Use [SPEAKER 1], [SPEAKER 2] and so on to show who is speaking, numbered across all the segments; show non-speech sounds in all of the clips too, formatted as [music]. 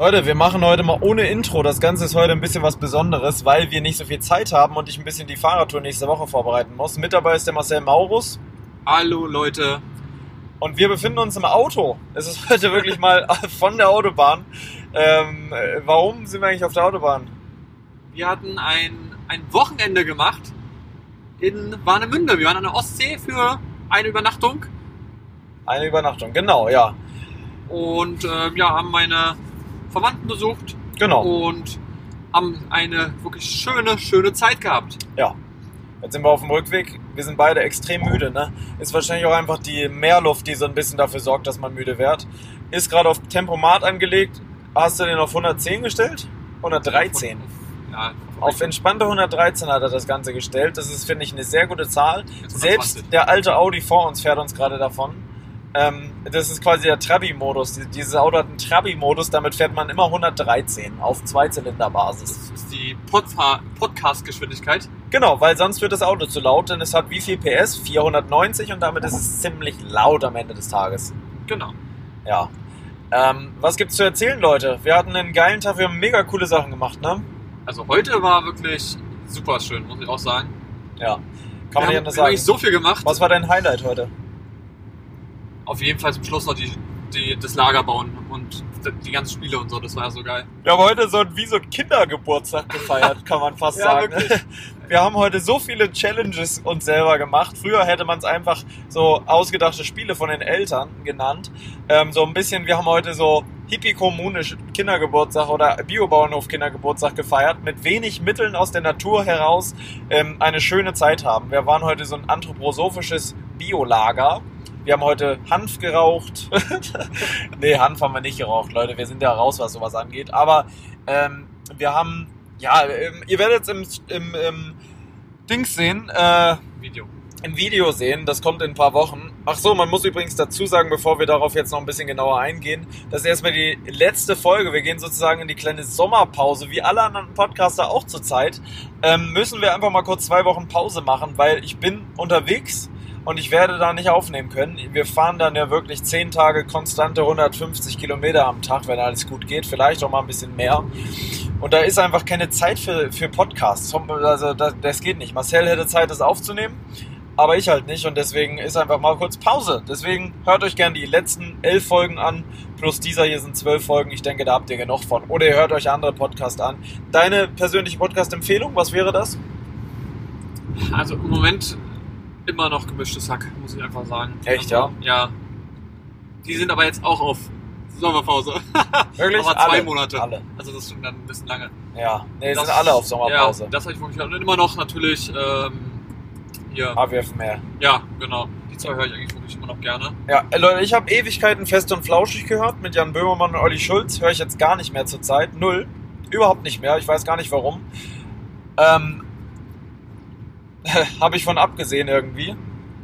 [SPEAKER 1] Leute, wir machen heute mal ohne Intro. Das Ganze ist heute ein bisschen was Besonderes, weil wir nicht so viel Zeit haben und ich ein bisschen die Fahrradtour nächste Woche vorbereiten muss. Mit dabei ist der Marcel Maurus
[SPEAKER 2] Hallo Leute.
[SPEAKER 1] und wir befinden uns im Auto. Es ist [laughs] heute wirklich mal von der Autobahn. Ähm, äh, warum sind wir eigentlich auf der Autobahn?
[SPEAKER 2] Wir hatten ein, ein Wochenende gemacht in Warnemünde. Wir waren an der Ostsee für eine Übernachtung
[SPEAKER 1] Eine Übernachtung, genau, ja.
[SPEAKER 2] und ähm, ja, haben meine Verwandten besucht
[SPEAKER 1] Genau,
[SPEAKER 2] und haben eine wirklich schöne, schöne Zeit gehabt.
[SPEAKER 1] ja. Jetzt sind wir auf dem Rückweg. Wir sind beide extrem müde, ne? Ist wahrscheinlich auch einfach die Meerluft, die so ein bisschen dafür sorgt, dass man müde wird. Ist gerade auf Tempomat angelegt. Hast du den auf 110 gestellt? 113.
[SPEAKER 2] Ja,
[SPEAKER 1] Auf entspannte 113 hat er das Ganze gestellt. Das ist, finde ich, eine sehr gute Zahl.
[SPEAKER 2] jetzt 120.
[SPEAKER 1] Selbst der alte Audi vor uns fährt uns gerade davon. Ähm, das ist quasi der Trabi-Modus. Die- Dieses Auto hat einen Trabi-Modus, damit fährt man immer 113 auf Zweizylinderbasis.
[SPEAKER 2] Das ist die Podfa- Podcast-Geschwindigkeit.
[SPEAKER 1] Genau, weil sonst wird das Auto zu laut, denn es hat wie viel PS? 490 und damit ist es ziemlich laut am Ende des Tages.
[SPEAKER 2] Genau.
[SPEAKER 1] Ja. Ähm, was gibt's zu erzählen, Leute? Wir hatten einen geilen Tag, wir haben mega coole Sachen gemacht, ne?
[SPEAKER 2] Also heute war wirklich super schön, muss ich auch sagen.
[SPEAKER 1] Ja. Kann man nicht
[SPEAKER 2] wir
[SPEAKER 1] anders
[SPEAKER 2] haben
[SPEAKER 1] sagen.
[SPEAKER 2] wirklich so viel gemacht.
[SPEAKER 1] Was war dein Highlight heute?
[SPEAKER 2] Auf jeden Fall zum Schluss noch die, die, das Lager bauen und die ganzen Spiele und so. Das war ja so geil.
[SPEAKER 1] Wir haben heute so ein, wie so ein Kindergeburtstag gefeiert, kann man fast
[SPEAKER 2] Ja,
[SPEAKER 1] sagen. Wir haben heute so viele Challenges uns selber gemacht. Früher hätte man es einfach so ausgedachte Spiele von den Eltern genannt. Ähm, so ein bisschen, wir haben heute so hippie-kommunisch Kindergeburtstag oder Biobauernhof Kindergeburtstag gefeiert, mit wenig Mitteln aus der Natur heraus ähm, eine schöne Zeit haben. Wir waren heute so ein anthroposophisches Biolager. Wir haben heute Hanf geraucht. nee, Hanf haben wir nicht geraucht, Leute. Wir sind ja raus, was sowas angeht. Aber ähm, wir haben, ja, ähm, ihr werdet es im, im, im Dings sehen, äh,
[SPEAKER 2] Video.
[SPEAKER 1] im Video sehen. Das kommt in ein paar Wochen. Ach so, man muss übrigens dazu sagen, bevor wir darauf jetzt noch ein bisschen genauer eingehen, das ist erstmal die letzte Folge. Wir gehen sozusagen in die kleine Sommerpause, wie alle anderen Podcaster auch zurzeit. Ähm, müssen wir einfach mal kurz zwei Wochen Pause machen, weil ich bin unterwegs und ich werde da nicht aufnehmen können. Wir fahren dann ja wirklich zehn Tage konstante 150 Kilometer am Tag, wenn alles gut geht, vielleicht auch mal ein bisschen mehr. Und da ist einfach keine Zeit für, für Podcasts. Also das, das geht nicht. Marcel hätte Zeit, das aufzunehmen, aber ich halt nicht und deswegen ist einfach mal kurz Pause. Deswegen hört euch gerne die letzten elf Folgen an, plus dieser hier sind zwölf Folgen. Ich denke, da habt ihr genug von. Oder ihr hört euch andere Podcasts an. Deine persönliche Podcast-Empfehlung, was wäre das?
[SPEAKER 2] Also im Moment immer noch gemischtes Hack, muss ich einfach sagen.
[SPEAKER 1] Echt,
[SPEAKER 2] also, ja? Ja. Die sind aber jetzt auch auf Sommerpause.
[SPEAKER 1] Wirklich?
[SPEAKER 2] Aber zwei Monate.
[SPEAKER 1] Alle.
[SPEAKER 2] Also das ist schon dann ein bisschen lange.
[SPEAKER 1] Ja. Nee,
[SPEAKER 2] Das-
[SPEAKER 1] sind alle auf Sommerpause.
[SPEAKER 2] Ja, das habe ich wirklich gehört. Und immer noch natürlich ähm, hier.
[SPEAKER 1] AWF Ah, mehr.
[SPEAKER 2] Ja, genau. Die zwei höre ich eigentlich wirklich immer noch gerne.
[SPEAKER 1] Ja, äh, Leute, ich habe Ewigkeiten fest und flauschig gehört mit Jan Böhmermann und Olli Schulz. Höre ich jetzt gar nicht mehr zur Zeit. Null. Überhaupt nicht mehr. Ich weiß gar nicht warum. Ähm, [laughs] habe ich von abgesehen irgendwie.
[SPEAKER 2] Ja,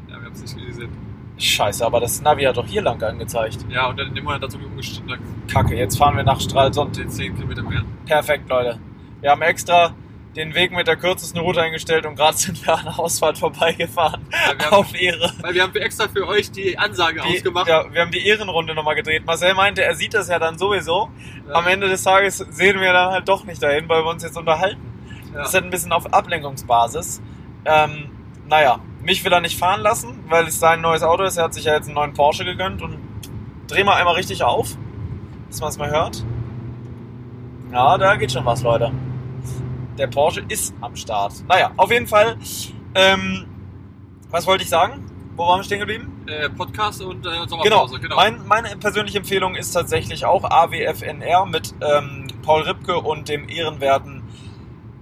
[SPEAKER 2] wir haben es nicht gesehen.
[SPEAKER 1] Scheiße, aber das Navi hat doch hier lang angezeigt.
[SPEAKER 2] Ja, und dann in dem Monat dazu umgestiegen, dann
[SPEAKER 1] Kacke, jetzt fahren wir nach Stralsund.
[SPEAKER 2] den 10 Kilometer mehr.
[SPEAKER 1] Perfekt, Leute. Wir haben extra den Weg mit der kürzesten Route eingestellt und gerade [laughs] sind wir an der Ausfahrt vorbeigefahren.
[SPEAKER 2] Weil wir haben,
[SPEAKER 1] Auf Ehre.
[SPEAKER 2] weil wir haben für extra für euch die Ansage
[SPEAKER 1] Die,
[SPEAKER 2] ausgemacht.
[SPEAKER 1] ja, wir haben die Ehrenrunde nochmal gedreht. Marcel meinte, er sieht das ja dann sowieso.
[SPEAKER 2] Ja.
[SPEAKER 1] Am Ende des Tages sehen wir dann halt doch nicht dahin, weil wir uns jetzt unterhalten.
[SPEAKER 2] Ja.
[SPEAKER 1] Das ist halt ein bisschen auf Ablenkungsbasis. Ähm, naja, mich will er nicht fahren lassen, weil es sein neues Auto ist. Er hat sich ja jetzt einen neuen Porsche gegönnt und dreh mal einmal richtig auf, dass man es mal hört. Ja, da geht schon was, Leute. Der Porsche ist am Start. Naja, auf jeden Fall. Ähm, was wollte ich sagen? Wo waren wir stehen geblieben?
[SPEAKER 2] Äh, Podcast und äh,
[SPEAKER 1] genau.
[SPEAKER 2] Sommerpause, genau.
[SPEAKER 1] Mein, meine persönliche Empfehlung ist tatsächlich auch AWFNR mit ähm, Paul Ripke und dem ehrenwerten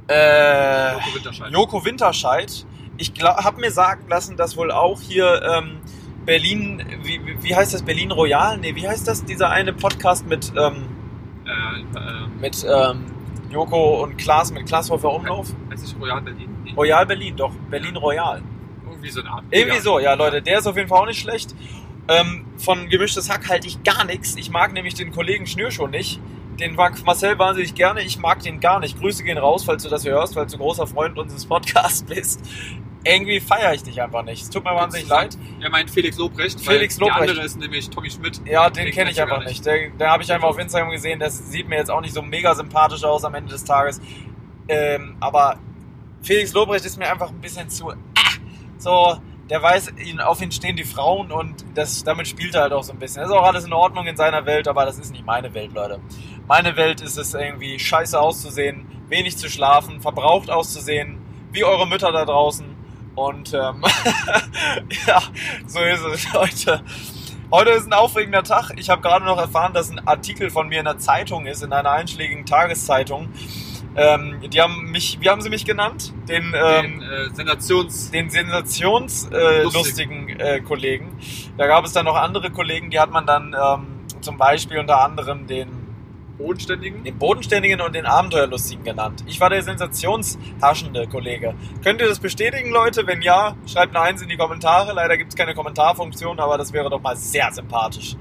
[SPEAKER 1] äh,
[SPEAKER 2] Joko Winterscheid.
[SPEAKER 1] Joko Winterscheid. Ich habe mir sagen lassen, dass wohl auch hier ähm, Berlin, wie, wie- wie heißt das, Berlin Royal? Nee, wie heißt das, dieser eine Podcast mit, ähm,
[SPEAKER 2] Äh, äh,
[SPEAKER 1] mit ähm, Joko und Klaas, mit Klaas Hofer Umlauf?
[SPEAKER 2] heißt nicht Royal Berlin? Nee.
[SPEAKER 1] Royal Berlin, doch, Berlin Royal.
[SPEAKER 2] Irgendwie so eine Art.
[SPEAKER 1] Irgendwie
[SPEAKER 2] Ja.
[SPEAKER 1] so, ja, Leute, der ist auf jeden Fall auch nicht schlecht. Ähm, von gemischtes Hack halte ich gar nichts. Ich mag nämlich den Kollegen Schnür schon nicht. Den mag Marcel wahnsinnig gerne. Ich mag den gar nicht. Grüße gehen raus, falls du das hier hörst, weil du großer Freund unseres Podcasts bist. irgendwie feiere ich dich einfach nicht. Es tut mir wahnsinnig leid.
[SPEAKER 2] Er meint Felix Lobrecht.
[SPEAKER 1] Felix
[SPEAKER 2] weil
[SPEAKER 1] Lobrecht.
[SPEAKER 2] Der andere ist nämlich Tommy Schmidt.
[SPEAKER 1] Ja, den kenne
[SPEAKER 2] kennst
[SPEAKER 1] ich
[SPEAKER 2] du gar
[SPEAKER 1] einfach nicht. Der, der habe ich einfach auf Instagram gesehen. Das sieht mir jetzt auch nicht so mega sympathisch aus am Ende des Tages. Ähm, aber Felix Lobrecht ist mir einfach ein bisschen zu. Ah, so, der weiß, ihn, auf ihn stehen die Frauen und das, damit spielt er halt auch so ein bisschen. Das ist auch alles in Ordnung in seiner Welt, aber das ist nicht meine Welt, Leute. Meine Welt ist es irgendwie scheiße auszusehen, wenig zu schlafen, verbraucht auszusehen, wie eure Mütter da draußen. Und ähm, [laughs] ja, so ist es, [laughs] Leute. Heute ist ein aufregender Tag. Ich habe gerade noch erfahren, dass ein Artikel von mir in der Zeitung ist, in einer einschlägigen Tageszeitung. Ähm, die haben mich, wie haben sie mich genannt? Den, ähm,
[SPEAKER 2] Den äh, Sensations...
[SPEAKER 1] den sensationslustigen äh,
[SPEAKER 2] Lustig.
[SPEAKER 1] lustigen, äh, Kollegen. Da gab es dann noch andere Kollegen, die hat man dann ähm, zum Beispiel unter anderem den
[SPEAKER 2] Bodenständigen.
[SPEAKER 1] den Bodenständigen und den Abenteuerlustigen genannt. Ich war der sensationshaschende Kollege. Könnt ihr das bestätigen, Leute? Wenn ja, schreibt eine Eins in die Kommentare. Leider gibt es keine Kommentarfunktion, aber das wäre doch mal sehr sympathisch.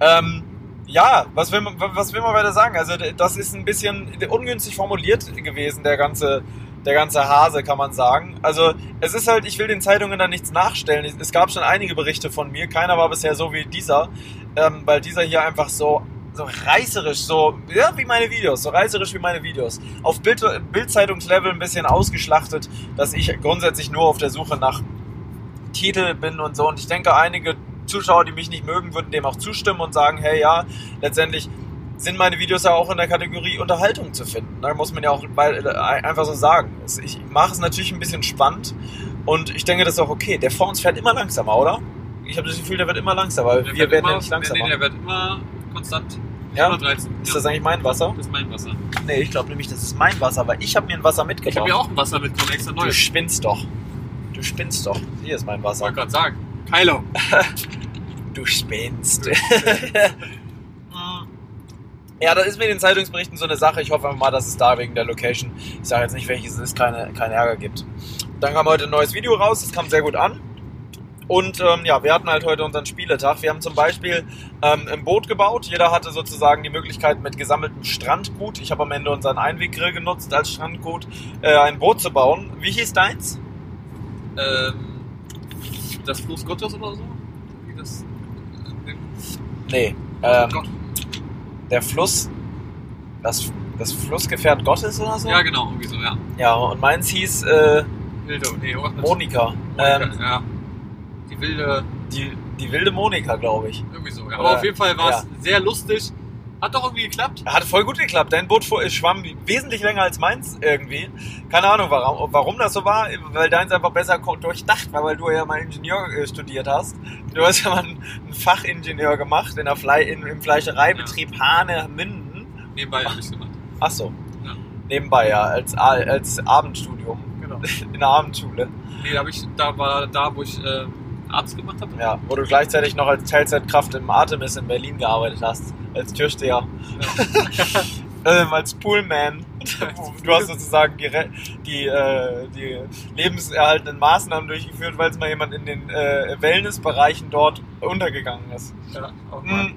[SPEAKER 1] Ähm, ja, was will, man, was will man weiter sagen? Also d- das ist ein bisschen ungünstig formuliert gewesen, der ganze, der ganze Hase, kann man sagen. Also es ist halt, ich will den Zeitungen da nichts nachstellen. Es- Es gab schon einige Berichte von mir. Keiner war bisher so wie dieser, ähm, weil dieser hier einfach so so reißerisch, so ja, wie meine Videos, so reißerisch wie meine Videos. Auf Bild- Bildzeitungslevel ein bisschen ausgeschlachtet, dass ich grundsätzlich nur auf der Suche nach Titel bin und so. Und ich denke, einige Zuschauer, die mich nicht mögen, würden dem auch zustimmen und sagen, hey ja, letztendlich sind meine Videos ja auch in der Kategorie Unterhaltung zu finden. Da muss man ja auch weil- äh, einfach so sagen. Es- Ich mache es natürlich ein bisschen spannend und ich denke, das ist auch okay. Der vor uns fährt immer langsamer, oder? Ich habe das Gefühl, der wird immer langsamer.
[SPEAKER 2] Der
[SPEAKER 1] Wir
[SPEAKER 2] wird
[SPEAKER 1] werden
[SPEAKER 2] immer,
[SPEAKER 1] ja nicht
[SPEAKER 2] Nee,
[SPEAKER 1] langsamer.
[SPEAKER 2] nee, der wird immer konstant.
[SPEAKER 1] Ja?
[SPEAKER 2] 113.
[SPEAKER 1] Ist
[SPEAKER 2] ja.
[SPEAKER 1] das eigentlich mein Wasser?
[SPEAKER 2] das ist mein Wasser.
[SPEAKER 1] Nee, ich glaube nämlich, das ist mein Wasser, weil ich habe mir ein Wasser
[SPEAKER 2] Ich habe
[SPEAKER 1] mitgebracht.
[SPEAKER 2] mir auch ein Wasser mitgenommen, extra
[SPEAKER 1] du
[SPEAKER 2] neues.
[SPEAKER 1] spinnst doch. Du spinnst doch. Hier ist mein
[SPEAKER 2] Ich
[SPEAKER 1] Wasser.
[SPEAKER 2] wollte gerade sagen. Kylo.
[SPEAKER 1] Du spinnst. [laughs] ja, das ist mit den Zeitungsberichten so eine Sache. Ich hoffe einfach mal, dass es da wegen der Location, ich sage jetzt nicht welches es ist, keine, keinen Ärger gibt. Dann kam heute ein neues Video raus, das kam sehr gut an. Und ähm, ja, wir hatten halt heute unseren Spieletag. Wir haben zum Beispiel ähm, ein Boot gebaut. Jeder hatte sozusagen die Möglichkeit, mit gesammeltem Strandgut, ich habe am Ende unseren Einweggrill genutzt als Strandgut, äh, ein Boot zu bauen. Wie hieß deins?
[SPEAKER 2] Ähm, das Floß Gottes oder so? Wie Das, äh,
[SPEAKER 1] Nee.
[SPEAKER 2] ähm,
[SPEAKER 1] Ähm, der Fluss, das, das Flussgefährt Gottes oder so?
[SPEAKER 2] Ja, genau, irgendwie so, ja.
[SPEAKER 1] Ja, und meins hieß äh,
[SPEAKER 2] Wilde, nee, Hochland.
[SPEAKER 1] Monika. Ähm,
[SPEAKER 2] ja. Die wilde,
[SPEAKER 1] die, die wilde Monika, glaube ich.
[SPEAKER 2] irgendwie so,
[SPEAKER 1] Oder-
[SPEAKER 2] ja. Aber auf jeden Fall war es sehr lustig. Hat doch irgendwie geklappt.
[SPEAKER 1] Hat voll gut geklappt. Dein Boot fuhr- schwamm wesentlich länger als meins irgendwie. Keine Ahnung, warum, warum das so war, weil deins einfach besser ko- durchdacht war, weil du ja mal Ingenieur äh, studiert hast. Du hast [laughs] ja mal einen einen Fachingenieur gemacht in der Fle in, im Fleischereibetrieb Hahnemünden.
[SPEAKER 2] Nebenbei habe
[SPEAKER 1] [laughs]
[SPEAKER 2] ich gemacht.
[SPEAKER 1] Ach so.
[SPEAKER 2] Ja.
[SPEAKER 1] Nebenbei ja, als, A- als Abendstudium.
[SPEAKER 2] Genau.
[SPEAKER 1] In der Abendschule.
[SPEAKER 2] Nee, da, hab ich, da war da, wo ich äh, Arzt gemacht habe.
[SPEAKER 1] Ja, wo du gleichzeitig noch als Teilzeitkraft im Artemis in Berlin gearbeitet hast, als Türsteher. [laughs] ähm, als Poolman. Du hast sozusagen die, Re- die, äh, die lebenserhaltenden Maßnahmen durchgeführt, weil es mal jemand in den äh, Wellnessbereichen dort untergegangen ist.
[SPEAKER 2] Ja, auch mal.
[SPEAKER 1] Mm.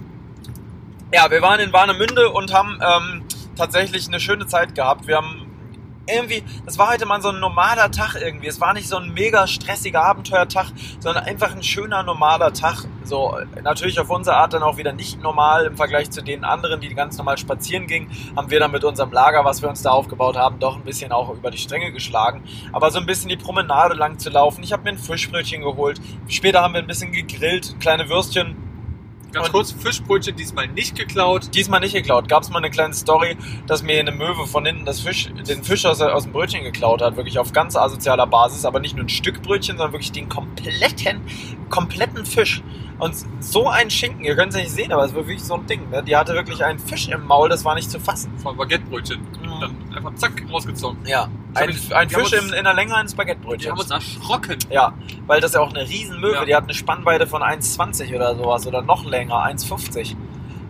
[SPEAKER 1] Ja, wir waren in Warnemünde und haben ähm, tatsächlich eine schöne Zeit gehabt. Wir haben irgendwie, das war heute mal so ein normaler Tag irgendwie. Es war nicht so ein mega stressiger Abenteuertag, sondern einfach ein schöner normaler Tag. So äh, natürlich auf unsere Art dann auch wieder nicht normal im Vergleich zu den anderen, die ganz normal spazieren gingen. Haben wir dann mit unserem Lager, was wir uns da aufgebaut haben, doch ein bisschen auch über die Stränge geschlagen. Aber so ein bisschen die Promenade lang zu laufen. Ich habe mir ein Fischbrötchen geholt. Später haben wir ein bisschen gegrillt, kleine Würstchen.
[SPEAKER 2] Ganz
[SPEAKER 1] und-
[SPEAKER 2] kurz, Fischbrötchen diesmal nicht geklaut.
[SPEAKER 1] Diesmal nicht geklaut. Gab es mal eine kleine Story, dass mir eine Möwe von hinten das Fisch, den Fisch aus, aus dem Brötchen geklaut hat. Wirklich auf ganz asozialer Basis. Aber nicht nur ein Stück Brötchen, sondern wirklich den kompletten, kompletten Fisch. Und so ein Schinken, ihr könnt es ja nicht sehen, aber es war wirklich so ein Ding. Ne? Die hatte wirklich einen Fisch im Maul, das war nicht zu fassen.
[SPEAKER 2] Vor allem Baguettebrötchen.
[SPEAKER 1] Mhm.
[SPEAKER 2] Dann einfach zack, rausgezogen.
[SPEAKER 1] Ja,
[SPEAKER 2] Ich hab
[SPEAKER 1] ein,
[SPEAKER 2] jetzt-
[SPEAKER 1] ein
[SPEAKER 2] wir haben
[SPEAKER 1] Fisch
[SPEAKER 2] uns-
[SPEAKER 1] in, in der Länge eines
[SPEAKER 2] Die
[SPEAKER 1] Baguettebrötchens.
[SPEAKER 2] haben uns erschrocken.
[SPEAKER 1] Ja, weil das ja auch eine Riesenmöwe,
[SPEAKER 2] Ja.
[SPEAKER 1] die hat eine Spannweite von 1,20 oder sowas oder noch länger, 1,50.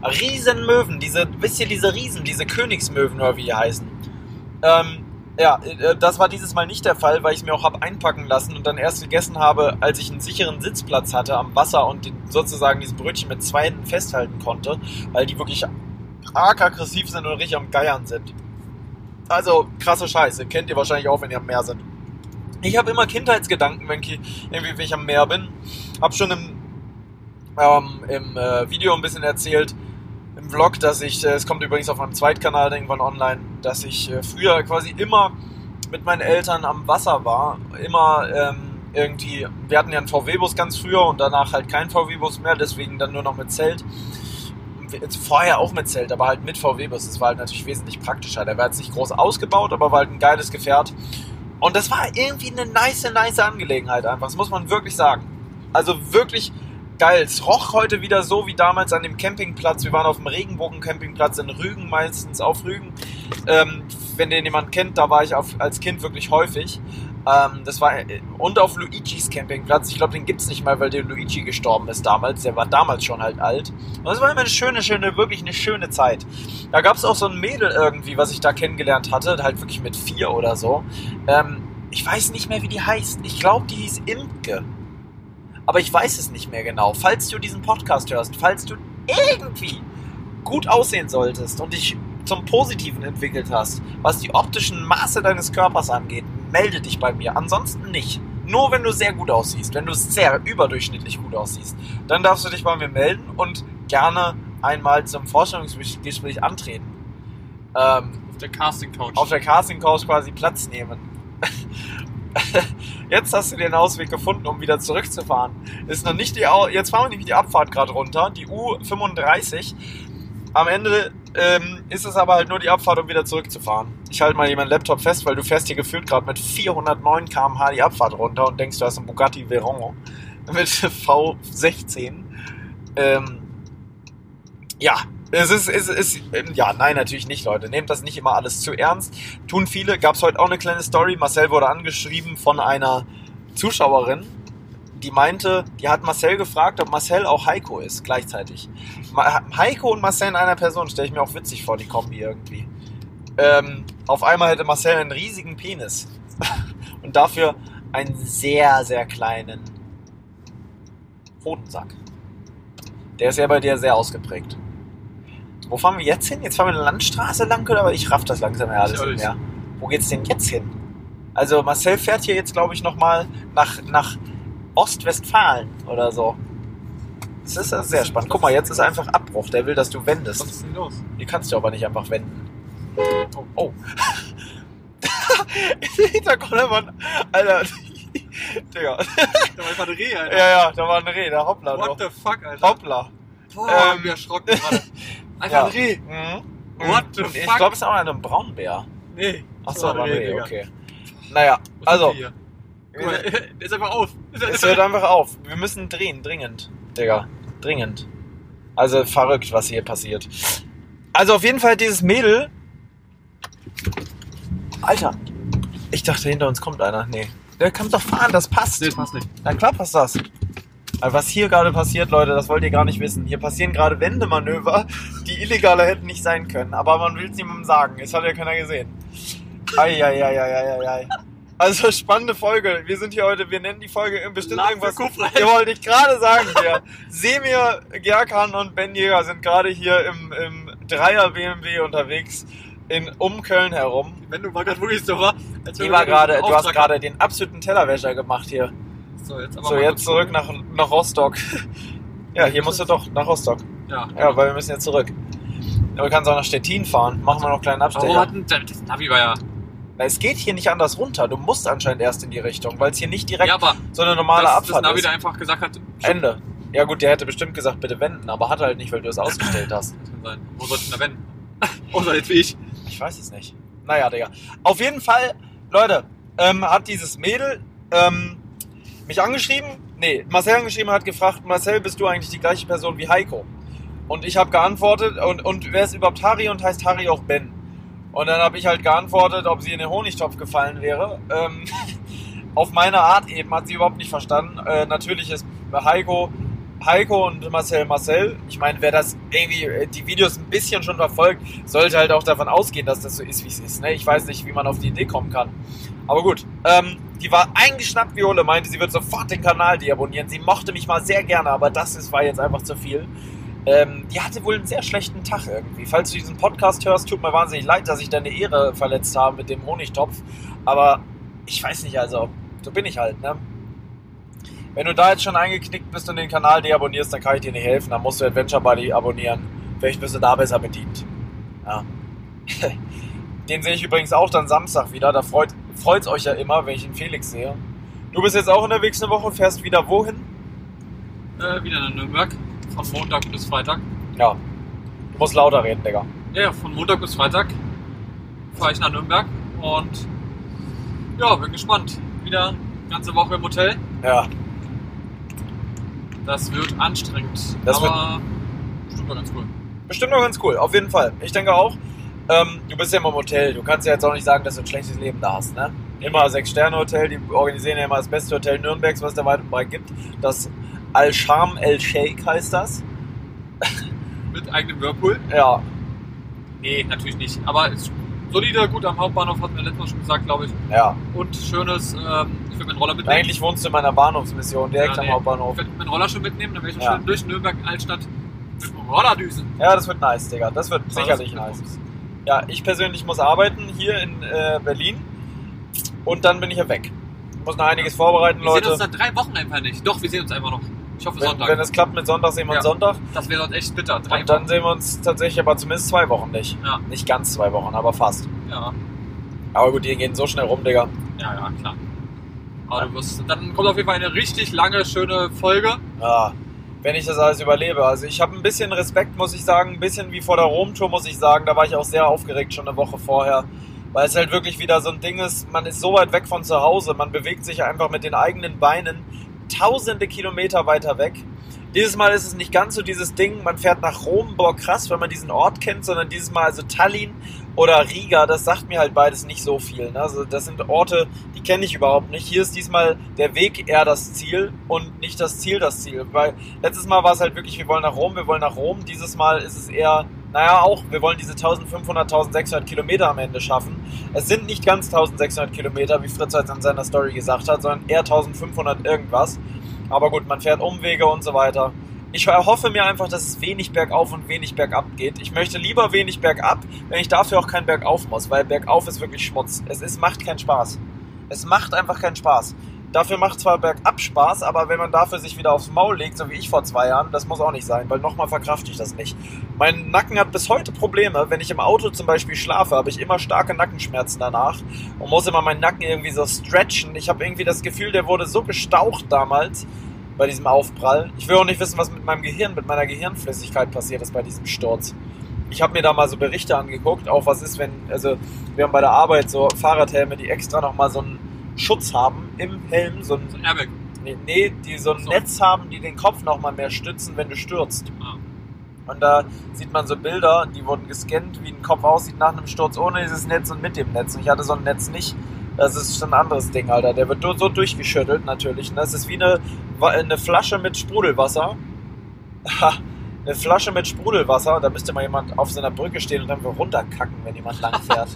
[SPEAKER 1] Riesenmöwen, diese, wisst ihr, diese Riesen, diese Königsmöwen oder wie die heißen. Ähm, ja, äh, das war dieses Mal nicht der Fall, weil ich es mir auch hab einpacken lassen und dann erst gegessen habe, als ich einen sicheren Sitzplatz hatte am Wasser und den, sozusagen dieses Brötchen mit zwei Händen festhalten konnte, weil die wirklich arg aggressiv sind und richtig am Geiern sind. Also krasse Scheiße, kennt ihr wahrscheinlich auch, wenn ihr am Meer seid. Ich habe immer Kindheitsgedanken, wenn ich, irgendwie, wenn ich am Meer bin. Hab schon im, ähm, im äh, Video ein bisschen erzählt, im Vlog, dass ich, äh, es kommt übrigens auf meinem Zweitkanal irgendwann online, dass ich äh, früher quasi immer mit meinen Eltern am Wasser war. Immer ähm, irgendwie, wir hatten ja einen VW-Bus ganz früher und danach halt keinen VW-Bus mehr, deswegen dann nur noch mit Zelt. Jetzt Vorher auch mit Zelt, aber halt mit VW-Bus. Das war halt natürlich wesentlich praktischer. Der war jetzt nicht groß ausgebaut, aber war halt ein geiles Gefährt. Und das war irgendwie eine nice, nice Angelegenheit einfach. Das muss man wirklich sagen. Also wirklich geil. Es roch heute wieder so wie damals an dem Campingplatz. Wir waren auf dem Regenbogen-Campingplatz in Rügen, meistens auf Rügen. Ähm, wenn den jemand kennt, da war ich auf, als Kind wirklich häufig. Ähm, das war und auf Luigis Campingplatz. Ich glaube, den gibt's nicht mal, weil der Luigi gestorben ist damals. Der war damals schon halt alt. Und das war immer eine schöne, schöne, wirklich eine schöne Zeit. Da gab's auch so ein Mädel irgendwie, was ich da kennengelernt hatte, halt wirklich mit vier oder so. Ähm, ich weiß nicht mehr, wie die heißt. Ich glaube, die hieß Imke. Aber ich weiß es nicht mehr genau. Falls du diesen Podcast hörst, falls du irgendwie gut aussehen solltest und dich zum Positiven entwickelt hast, was die optischen Maße deines Körpers angeht, melde dich bei mir. Ansonsten nicht. Nur wenn du sehr gut aussiehst, wenn du sehr überdurchschnittlich gut aussiehst, dann darfst du dich bei mir melden und gerne einmal zum Vorstellungsgespräch antreten. Ähm,
[SPEAKER 2] Auf der Casting Couch.
[SPEAKER 1] auf der Casting Couch quasi Platz nehmen. [laughs] Jetzt hast du den Ausweg gefunden, um wieder zurückzufahren. Ist noch nicht die Au Jetzt fahren wir nämlich die Abfahrt gerade runter, die U35. Am Ende ähm, ist es aber halt nur die Abfahrt, um wieder zurückzufahren. Ich halte mal hier meinen Laptop fest, weil du fährst hier gefühlt gerade mit 409 km/h die Abfahrt runter und denkst, du hast einen Bugatti Veyron [laughs] mit V16. Ähm, ja, es ist, es ist, ähm, ja, nein, natürlich nicht, Leute. Nehmt das nicht immer alles zu ernst. Tun viele. Gab es heute auch eine kleine Story. Marcel wurde angeschrieben von einer Zuschauerin, die meinte, die hat Marcel gefragt, ob Marcel auch Heiko ist, gleichzeitig. Ma Heiko und Marcel in einer Person, stelle ich mir auch witzig vor, die Kombi irgendwie. Ähm, auf einmal hätte Marcel einen riesigen Penis [laughs] und dafür einen sehr, sehr kleinen Hodensack. Der ist ja bei dir sehr ausgeprägt. Wo fahren wir jetzt hin? Jetzt fahren wir eine Landstraße lang, oder? Aber ich raff das langsam ja alles
[SPEAKER 2] Ich auch
[SPEAKER 1] nicht
[SPEAKER 2] nicht.
[SPEAKER 1] mehr. Wo geht's denn jetzt hin? Also Marcel fährt hier jetzt, glaube ich, nochmal nach, nach Ostwestfalen oder so. Das ist also sehr spannend. Guck mal, jetzt ist einfach Abbruch. Der will, dass du wendest.
[SPEAKER 2] Was ist denn los?
[SPEAKER 1] Hier kannst du aber nicht einfach wenden.
[SPEAKER 2] Oh.
[SPEAKER 1] Oh. [laughs] Im Hintergrund war ein- Alter. [laughs] Digga.
[SPEAKER 2] Da war einfach eine
[SPEAKER 1] [laughs]
[SPEAKER 2] Rehe,
[SPEAKER 1] Ja,
[SPEAKER 2] Alter.
[SPEAKER 1] ja, da war ein Reh, da hoppla.
[SPEAKER 2] What
[SPEAKER 1] doch.
[SPEAKER 2] the fuck, Alter?
[SPEAKER 1] Hoppla.
[SPEAKER 2] Boah,
[SPEAKER 1] Ähm,
[SPEAKER 2] ähm, wir erschrocken
[SPEAKER 1] [laughs]
[SPEAKER 2] gerade. Einfach
[SPEAKER 1] ja.
[SPEAKER 2] ein Reh.
[SPEAKER 1] Mhm.
[SPEAKER 2] What the
[SPEAKER 1] Ich
[SPEAKER 2] fuck?
[SPEAKER 1] glaube, es ist auch ein Braunbär.
[SPEAKER 2] Nee.
[SPEAKER 1] Achso,
[SPEAKER 2] das
[SPEAKER 1] war
[SPEAKER 2] war
[SPEAKER 1] ein
[SPEAKER 2] ein Reh,
[SPEAKER 1] Reh,
[SPEAKER 2] Digga.
[SPEAKER 1] okay. Naja,
[SPEAKER 2] Was
[SPEAKER 1] also,
[SPEAKER 2] ist hier? Guck mal, [laughs] der ist einfach auf.
[SPEAKER 1] es hört einfach auf. Wir müssen drehen, dringend. Digga, dringend. Also verrückt, was hier passiert. Also auf jeden Fall dieses Mädel. Alter, ich dachte, hinter uns kommt einer. Nee. Der kann doch fahren, das passt.
[SPEAKER 2] Nee, das passt nicht.
[SPEAKER 1] Na klar passt das. Aber was hier gerade passiert, Leute, das wollt ihr gar nicht wissen. Hier passieren gerade Wendemanöver, die illegaler hätten nicht sein können. Aber man will es niemandem sagen. Es hat ja keiner gesehen. Eieieiei. Also spannende Folge. Wir sind hier heute, wir nennen die Folge bestimmt
[SPEAKER 2] Lach für
[SPEAKER 1] irgendwas.
[SPEAKER 2] Kuhfleisch.
[SPEAKER 1] Ihr wollte ich gerade sagen, der Semir, Gerkan und Ben Jäger sind gerade hier im, im Dreier BMW unterwegs in um Köln herum.
[SPEAKER 2] Wenn du mal gerade wirklich so war. Als wenn
[SPEAKER 1] Die
[SPEAKER 2] wir
[SPEAKER 1] war gerade,
[SPEAKER 2] einen
[SPEAKER 1] du hast
[SPEAKER 2] Auftrag
[SPEAKER 1] gerade den absoluten Tellerwäscher gemacht hier.
[SPEAKER 2] hatten. So, jetzt, aber
[SPEAKER 1] So,
[SPEAKER 2] mal
[SPEAKER 1] jetzt
[SPEAKER 2] kurz-
[SPEAKER 1] zurück nach, nach
[SPEAKER 2] [laughs]
[SPEAKER 1] Rostock. Ja, hier musst du doch nach Rostock.
[SPEAKER 2] Ja. genau.
[SPEAKER 1] Ja, weil wir müssen jetzt zurück. Aber du kannst auch nach Stettin fahren. Machen wir noch einen kleinen
[SPEAKER 2] Warum
[SPEAKER 1] Abstecher.
[SPEAKER 2] hat denn das Navi war ja.
[SPEAKER 1] Na, es geht hier nicht anders runter. Du musst anscheinend erst in die Richtung, weil es hier nicht direkt
[SPEAKER 2] Ja, aber
[SPEAKER 1] so eine normale
[SPEAKER 2] dass das
[SPEAKER 1] Abfahrt
[SPEAKER 2] Navi
[SPEAKER 1] ist.
[SPEAKER 2] da einfach gesagt hat, das
[SPEAKER 1] Ende. Ja gut, der hätte bestimmt gesagt, bitte wenden, aber hat er halt nicht, weil du es ausgestellt hast.
[SPEAKER 2] kann sein. Wo soll ich denn da wenden?
[SPEAKER 1] [laughs]
[SPEAKER 2] Außer jetzt wie ich.
[SPEAKER 1] Oh, Ich weiß es nicht. Naja, Digga. Auf jeden Fall, Leute, ähm, hat dieses Mädel ähm, mich angeschrieben. Nee, Marcel angeschrieben hat gefragt, Marcel, bist du eigentlich die gleiche Person wie Heiko? Und ich habe geantwortet, und, und wer ist überhaupt Harry und heißt Harry auch Ben? Und dann habe ich halt geantwortet, ob sie in den Honigtopf gefallen wäre. Ähm, [laughs] auf meine Art eben hat sie überhaupt nicht verstanden. Äh, natürlich ist Heiko Heiko und Marcel Marcel. Ich meine, wer das irgendwie äh, die Videos ein bisschen schon verfolgt, sollte halt auch davon ausgehen, dass das so ist, wie es ist. Ne? Ich weiß nicht, wie man auf die Idee kommen kann. Aber gut, ähm, die war eingeschnappt wie Ole, meinte, sie wird sofort den Kanal deabonnieren. Sie mochte mich mal sehr gerne, aber das ist, war jetzt einfach zu viel. Ähm, die hatte wohl einen sehr schlechten Tag irgendwie. Falls du diesen Podcast hörst, tut mir wahnsinnig leid, dass ich deine Ehre verletzt habe mit dem Honigtopf. Aber ich weiß nicht, also So bin ich halt, ne? Wenn du da jetzt schon eingeknickt bist und den Kanal deabonnierst, dann kann ich dir nicht helfen. Dann musst du Adventure Buddy abonnieren. Vielleicht bist du da besser bedient. Ja. [laughs] Den sehe ich übrigens auch dann Samstag wieder. Da freut freut's euch ja immer, wenn ich den Felix sehe. Du bist jetzt auch unterwegs eine Woche und fährst wieder wohin?
[SPEAKER 2] Äh, wieder nach Nürnberg. Von Montag bis Freitag.
[SPEAKER 1] Ja. Du musst lauter reden, Digga.
[SPEAKER 2] Ja, ja, von Montag bis Freitag fahre ich nach Nürnberg und ja, bin gespannt. Wieder ganze Woche im Hotel.
[SPEAKER 1] Ja.
[SPEAKER 2] Das wird anstrengend.
[SPEAKER 1] Das
[SPEAKER 2] aber bestimmt mal ganz cool.
[SPEAKER 1] Bestimmt noch ganz cool, auf jeden Fall. Ich denke auch, ähm, du bist ja immer im Hotel. Du kannst ja jetzt auch nicht sagen, dass du ein schlechtes Leben da hast, ne? Immer Sechs-Sterne-Hotel, die organisieren ja immer das beste Hotel Nürnbergs, was der weit weit gibt. Das Al-Sham El-Sheikh heißt das.
[SPEAKER 2] Mit eigenem Whirlpool?
[SPEAKER 1] Ja,
[SPEAKER 2] Nee, natürlich nicht. Aber ist solider, gut am Hauptbahnhof, hatten wir letztes Mal schon gesagt, glaube ich.
[SPEAKER 1] ja.
[SPEAKER 2] Und schönes, ähm, ich würde meinen Roller mitnehmen.
[SPEAKER 1] Eigentlich wohnst du in meiner Bahnhofsmission, direkt
[SPEAKER 2] Ja, nee.
[SPEAKER 1] am Hauptbahnhof.
[SPEAKER 2] Ich würde meinen Roller schon mitnehmen, dann wäre ich schon
[SPEAKER 1] Ja.
[SPEAKER 2] schön durch Nürnberg Altstadt mit dem Roller düsen.
[SPEAKER 1] Ja, das wird nice, Digga. Das wird sicherlich
[SPEAKER 2] Das
[SPEAKER 1] nice.
[SPEAKER 2] ist gut.
[SPEAKER 1] Ja, ich persönlich muss arbeiten hier in äh, Berlin und dann bin ich ja weg. Ich muss noch einiges vorbereiten,
[SPEAKER 2] Wir sehen
[SPEAKER 1] Leute.
[SPEAKER 2] uns dann drei Wochen einfach nicht. Doch, wir sehen uns einfach noch. Ich hoffe
[SPEAKER 1] Wenn,
[SPEAKER 2] Sonntag.
[SPEAKER 1] wenn es klappt mit Sonntag, sehen wir uns
[SPEAKER 2] Ja.
[SPEAKER 1] Sonntag.
[SPEAKER 2] das wäre sonst echt bitter. Drei
[SPEAKER 1] Und dann sehen wir uns tatsächlich aber zumindest zwei Wochen nicht.
[SPEAKER 2] Ja.
[SPEAKER 1] Nicht ganz zwei Wochen, aber fast.
[SPEAKER 2] Wochen. Ja.
[SPEAKER 1] Aber gut, die gehen so schnell rum, Digga.
[SPEAKER 2] ja, ja, klar. Aber du wirst, dann kommt auf jeden Fall eine richtig lange, schöne Folge.
[SPEAKER 1] Ja, wenn ich das alles überlebe. Also ich habe ein bisschen Respekt, muss ich sagen. Ein bisschen wie vor der Rom-Tour, muss ich sagen. Da war ich auch sehr aufgeregt schon eine Woche vorher. Weil es halt wirklich wieder so ein Ding ist, man ist so weit weg von zu Hause. Man bewegt sich einfach mit den eigenen Beinen tausende Kilometer weiter weg. Dieses Mal ist es nicht ganz so dieses Ding, man fährt nach Rom, boah krass, wenn man diesen Ort kennt, sondern dieses Mal also Tallinn oder Riga, das sagt mir halt beides nicht so viel. Ne? Also das sind Orte, die kenne ich überhaupt nicht. Hier ist diesmal der Weg eher das Ziel und nicht das Ziel das Ziel. Weil letztes Mal war es halt wirklich, wir wollen nach Rom, wir wollen nach Rom. Dieses Mal ist es eher, naja, auch, wir wollen diese 1500, 1600 Kilometer am Ende schaffen. Es sind nicht ganz 1600 Kilometer, wie Fritz halt in seiner Story gesagt hat, sondern eher 1500 irgendwas. Aber gut, man fährt Umwege und so weiter. Ich erhoffe mir einfach, dass es wenig bergauf und wenig bergab geht. Ich möchte lieber wenig bergab, wenn ich dafür auch kein bergauf muss, weil bergauf ist wirklich Schmutz. Es ist, macht keinen Spaß. Es macht einfach keinen Spaß. Dafür macht zwar bergab Spaß, aber wenn man dafür sich wieder aufs Maul legt, so wie ich vor zwei Jahren, das muss auch nicht sein, weil nochmal verkrafte ich das nicht. Mein Nacken hat bis heute Probleme. Wenn ich im Auto zum Beispiel schlafe, habe ich immer starke Nackenschmerzen danach und muss immer meinen Nacken irgendwie so stretchen. Ich habe irgendwie das Gefühl, der wurde so gestaucht damals bei diesem Aufprall. Ich will auch nicht wissen, was mit meinem Gehirn, mit meiner Gehirnflüssigkeit passiert ist bei diesem Sturz. Ich habe mir da mal so Berichte angeguckt, auch was ist, wenn, also wir haben bei der Arbeit so Fahrradhelme, die extra nochmal so einen Schutz haben im Helm, so ein
[SPEAKER 2] So ein Airbag.
[SPEAKER 1] Nee, nee, die so ein
[SPEAKER 2] So.
[SPEAKER 1] Netz haben, die den Kopf nochmal mehr stützen, wenn du stürzt.
[SPEAKER 2] Ah.
[SPEAKER 1] Und da sieht man so Bilder, die wurden gescannt, wie ein Kopf aussieht nach einem Sturz ohne dieses Netz und mit dem Netz. Und ich hatte so ein Netz nicht. Das ist schon ein anderes Ding, Alter. Der wird du- so durchgeschüttelt natürlich. Und das ist wie eine, Wa- eine Flasche mit Sprudelwasser. [laughs] Ha, eine Flasche mit Sprudelwasser. Da müsste mal jemand auf so einer Brücke stehen und einfach runterkacken, wenn jemand [laughs]
[SPEAKER 2] [laughs]
[SPEAKER 1] langfährt.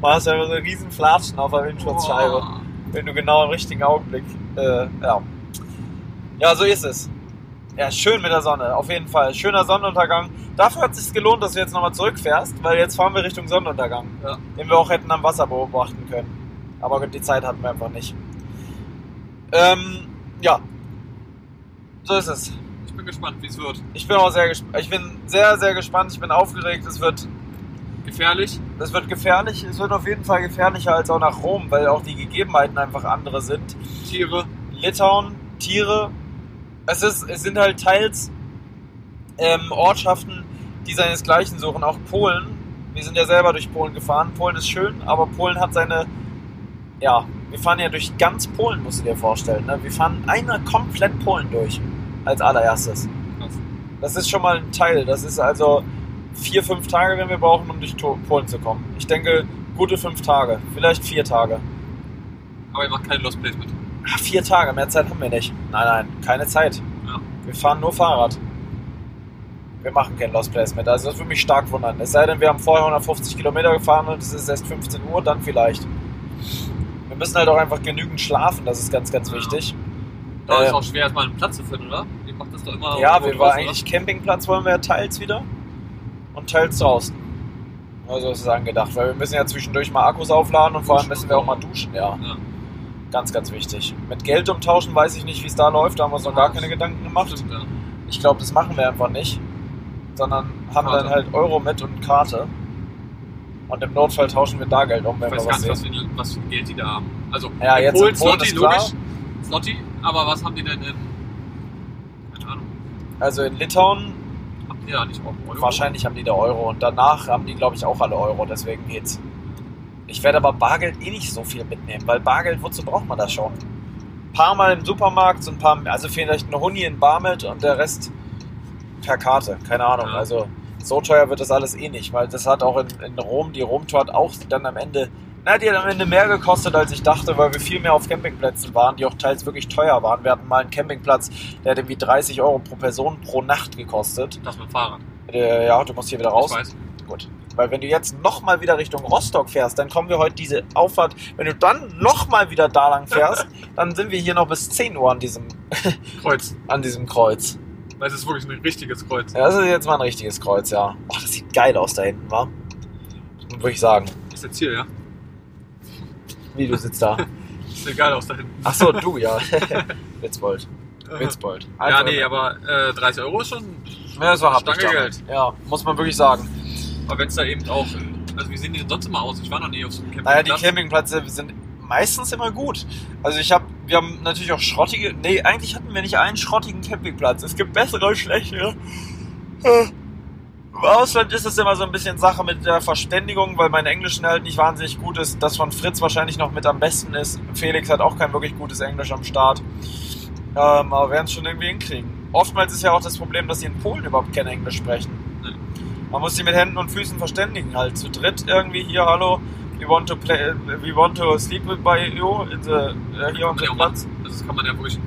[SPEAKER 1] War es einfach so ein riesen Flatschen auf der Windschutzscheibe
[SPEAKER 2] Boah.
[SPEAKER 1] wenn du genau im richtigen Augenblick. Äh, ja. ja, so ist es. Ja, schön mit der Sonne, auf jeden Fall. Schöner Sonnenuntergang. Dafür hat es sich gelohnt, dass du jetzt nochmal zurückfährst, weil jetzt fahren wir Richtung Sonnenuntergang,
[SPEAKER 2] Ja.
[SPEAKER 1] den wir auch hätten am Wasser beobachten können. Aber gut, die Zeit hatten wir einfach nicht. Ähm, ja. So ist es.
[SPEAKER 2] Ich bin gespannt, wie es wird.
[SPEAKER 1] Ich bin auch sehr gespannt. Ich bin sehr, sehr gespannt. Ich bin aufgeregt. Es wird
[SPEAKER 2] Gefährlich.
[SPEAKER 1] das wird gefährlich. Es wird auf jeden Fall gefährlicher als auch nach Rom, weil auch die Gegebenheiten einfach andere sind.
[SPEAKER 2] Tiere.
[SPEAKER 1] Litauen, Tiere. Es, ist, es sind halt teils ähm, Ortschaften, die seinesgleichen suchen. Auch Polen. Wir sind ja selber durch Polen gefahren. Polen ist schön, aber Polen hat seine. Ja, wir fahren ja durch ganz Polen, musst du dir vorstellen. Ne? Wir fahren einer komplett Polen durch. Als allererstes.
[SPEAKER 2] Krass.
[SPEAKER 1] Das ist schon mal ein Teil. Das ist also vier, fünf Tage, wenn wir brauchen, um durch To- Polen zu kommen. Ich denke, gute fünf Tage. Vielleicht vier Tage.
[SPEAKER 2] Aber ihr macht keine Lost Place mit.
[SPEAKER 1] Ah, vier Tage, mehr Zeit haben wir nicht. Nein, nein, keine Zeit.
[SPEAKER 2] Ja.
[SPEAKER 1] Wir fahren nur Fahrrad. Wir machen kein Lost Placement. Also das würde mich stark wundern. Es sei denn, wir haben vorher 150 Kilometer gefahren und es ist erst 15 Uhr, dann vielleicht. Wir müssen halt auch einfach genügend schlafen, das ist ganz, ganz
[SPEAKER 2] Ja.
[SPEAKER 1] wichtig.
[SPEAKER 2] Da
[SPEAKER 1] Äh,
[SPEAKER 2] ist auch schwer, erstmal einen Platz zu finden, oder? Ihr macht das doch immer.
[SPEAKER 1] ja,
[SPEAKER 2] irgendwo
[SPEAKER 1] wir waren
[SPEAKER 2] draußen,
[SPEAKER 1] eigentlich Campingplatz wollen wir ja teils wieder und teils draußen. Also ist es angedacht, weil wir müssen ja zwischendurch mal Akkus aufladen und vor allem
[SPEAKER 2] Duschen
[SPEAKER 1] müssen
[SPEAKER 2] und
[SPEAKER 1] wir
[SPEAKER 2] so.
[SPEAKER 1] auch mal duschen, ja.
[SPEAKER 2] Ja.
[SPEAKER 1] Ganz, ganz wichtig. Mit Geld umtauschen weiß ich nicht, wie es da läuft. Da haben wir uns noch gar keine Gedanken gemacht.
[SPEAKER 2] Stimmt, ja.
[SPEAKER 1] Ich glaube, das machen wir einfach nicht. Sondern haben
[SPEAKER 2] Karte.
[SPEAKER 1] dann halt Euro mit und Karte. Und im Notfall tauschen wir da Geld um, wenn
[SPEAKER 2] Ich weiß
[SPEAKER 1] wir
[SPEAKER 2] gar
[SPEAKER 1] was
[SPEAKER 2] nicht, was
[SPEAKER 1] sehen.
[SPEAKER 2] für, ein- was für ein Geld die da haben. Also,
[SPEAKER 1] Ja,
[SPEAKER 2] in
[SPEAKER 1] jetzt in
[SPEAKER 2] Polen,
[SPEAKER 1] Polen
[SPEAKER 2] Zloty,
[SPEAKER 1] ist klar.
[SPEAKER 2] logisch. Zloty, aber was haben die denn in. Keine Ahnung.
[SPEAKER 1] Also in Litauen,
[SPEAKER 2] Haben die da nicht auch Euro?
[SPEAKER 1] wahrscheinlich haben die da Euro. Und danach haben die, glaube ich, auch alle Euro. Deswegen geht's. Ich werde aber Bargeld eh nicht so viel mitnehmen, weil Bargeld, wozu braucht man das schon? Ein paar Mal im Supermarkt, so ein paar, also vielleicht eine Huni in Bar mit und der Rest per Karte. Keine Ahnung.
[SPEAKER 2] Ja.
[SPEAKER 1] Also so teuer wird das alles eh nicht, weil das hat auch in, in Rom, die Rom-Tour hat auch dann am Ende, na, die hat am Ende mehr gekostet, als ich dachte, weil wir viel mehr auf Campingplätzen waren, die auch teils wirklich teuer waren. Wir hatten mal einen Campingplatz, der hat irgendwie 30 Euro pro Person pro Nacht gekostet.
[SPEAKER 2] Das mit dem Fahrrad.
[SPEAKER 1] Äh, ja, du musst hier wieder raus.
[SPEAKER 2] Ich weiß.
[SPEAKER 1] Gut. Weil wenn du jetzt nochmal wieder Richtung Rostock fährst, dann kommen wir heute diese Auffahrt. Wenn du dann nochmal wieder da lang
[SPEAKER 2] [laughs]
[SPEAKER 1] fährst, dann sind wir hier noch bis 10 Uhr an diesem,
[SPEAKER 2] Kreuz.
[SPEAKER 1] an diesem Kreuz.
[SPEAKER 2] Weil es ist wirklich ein richtiges Kreuz.
[SPEAKER 1] Ja, das ist jetzt mal ein richtiges Kreuz, ja. Oh, das sieht geil aus da hinten, wa? Würde ich sagen.
[SPEAKER 2] Ist jetzt hier, ja?
[SPEAKER 1] Wie, du sitzt
[SPEAKER 2] [laughs]
[SPEAKER 1] da?
[SPEAKER 2] Ist egal aus da hinten.
[SPEAKER 1] Ach so, du, ja. [laughs]
[SPEAKER 2] [laughs]
[SPEAKER 1] Witzbold. Witzbold. Also,
[SPEAKER 2] Ja, nee, aber äh, 30 Euro ist schon.
[SPEAKER 1] Ja, das war happig
[SPEAKER 2] Stange
[SPEAKER 1] damals. Ja, muss man wirklich sagen.
[SPEAKER 2] Aber wenn es da eben auch. Also, wie sehen die denn sonst immer aus? Ich war noch nie auf so einem
[SPEAKER 1] Naja,
[SPEAKER 2] Campingplatz.
[SPEAKER 1] die Campingplätze sind meistens immer gut. Also ich habe, wir haben natürlich auch schrottige, nee, eigentlich hatten wir nicht einen schrottigen Campingplatz. Es gibt bessere und schlechtere. Äh, Im Ausland ist es immer so ein bisschen Sache mit der Verständigung, weil mein Englisch halt nicht wahnsinnig gut ist. Das von Fritz wahrscheinlich noch mit am besten ist. Felix hat auch kein wirklich gutes Englisch am Start. Ähm, aber wir werden es schon irgendwie hinkriegen. Oftmals ist ja auch das Problem, dass sie in Polen überhaupt kein Englisch sprechen.
[SPEAKER 2] Nee.
[SPEAKER 1] Man muss sie mit Händen und Füßen verständigen, halt zu dritt irgendwie hier, hallo, We want to play. We want to sleep with by you in the uh, here on
[SPEAKER 2] kann man
[SPEAKER 1] the
[SPEAKER 2] ja auch
[SPEAKER 1] Platz.
[SPEAKER 2] machen. Also, das kann man ja wirklich.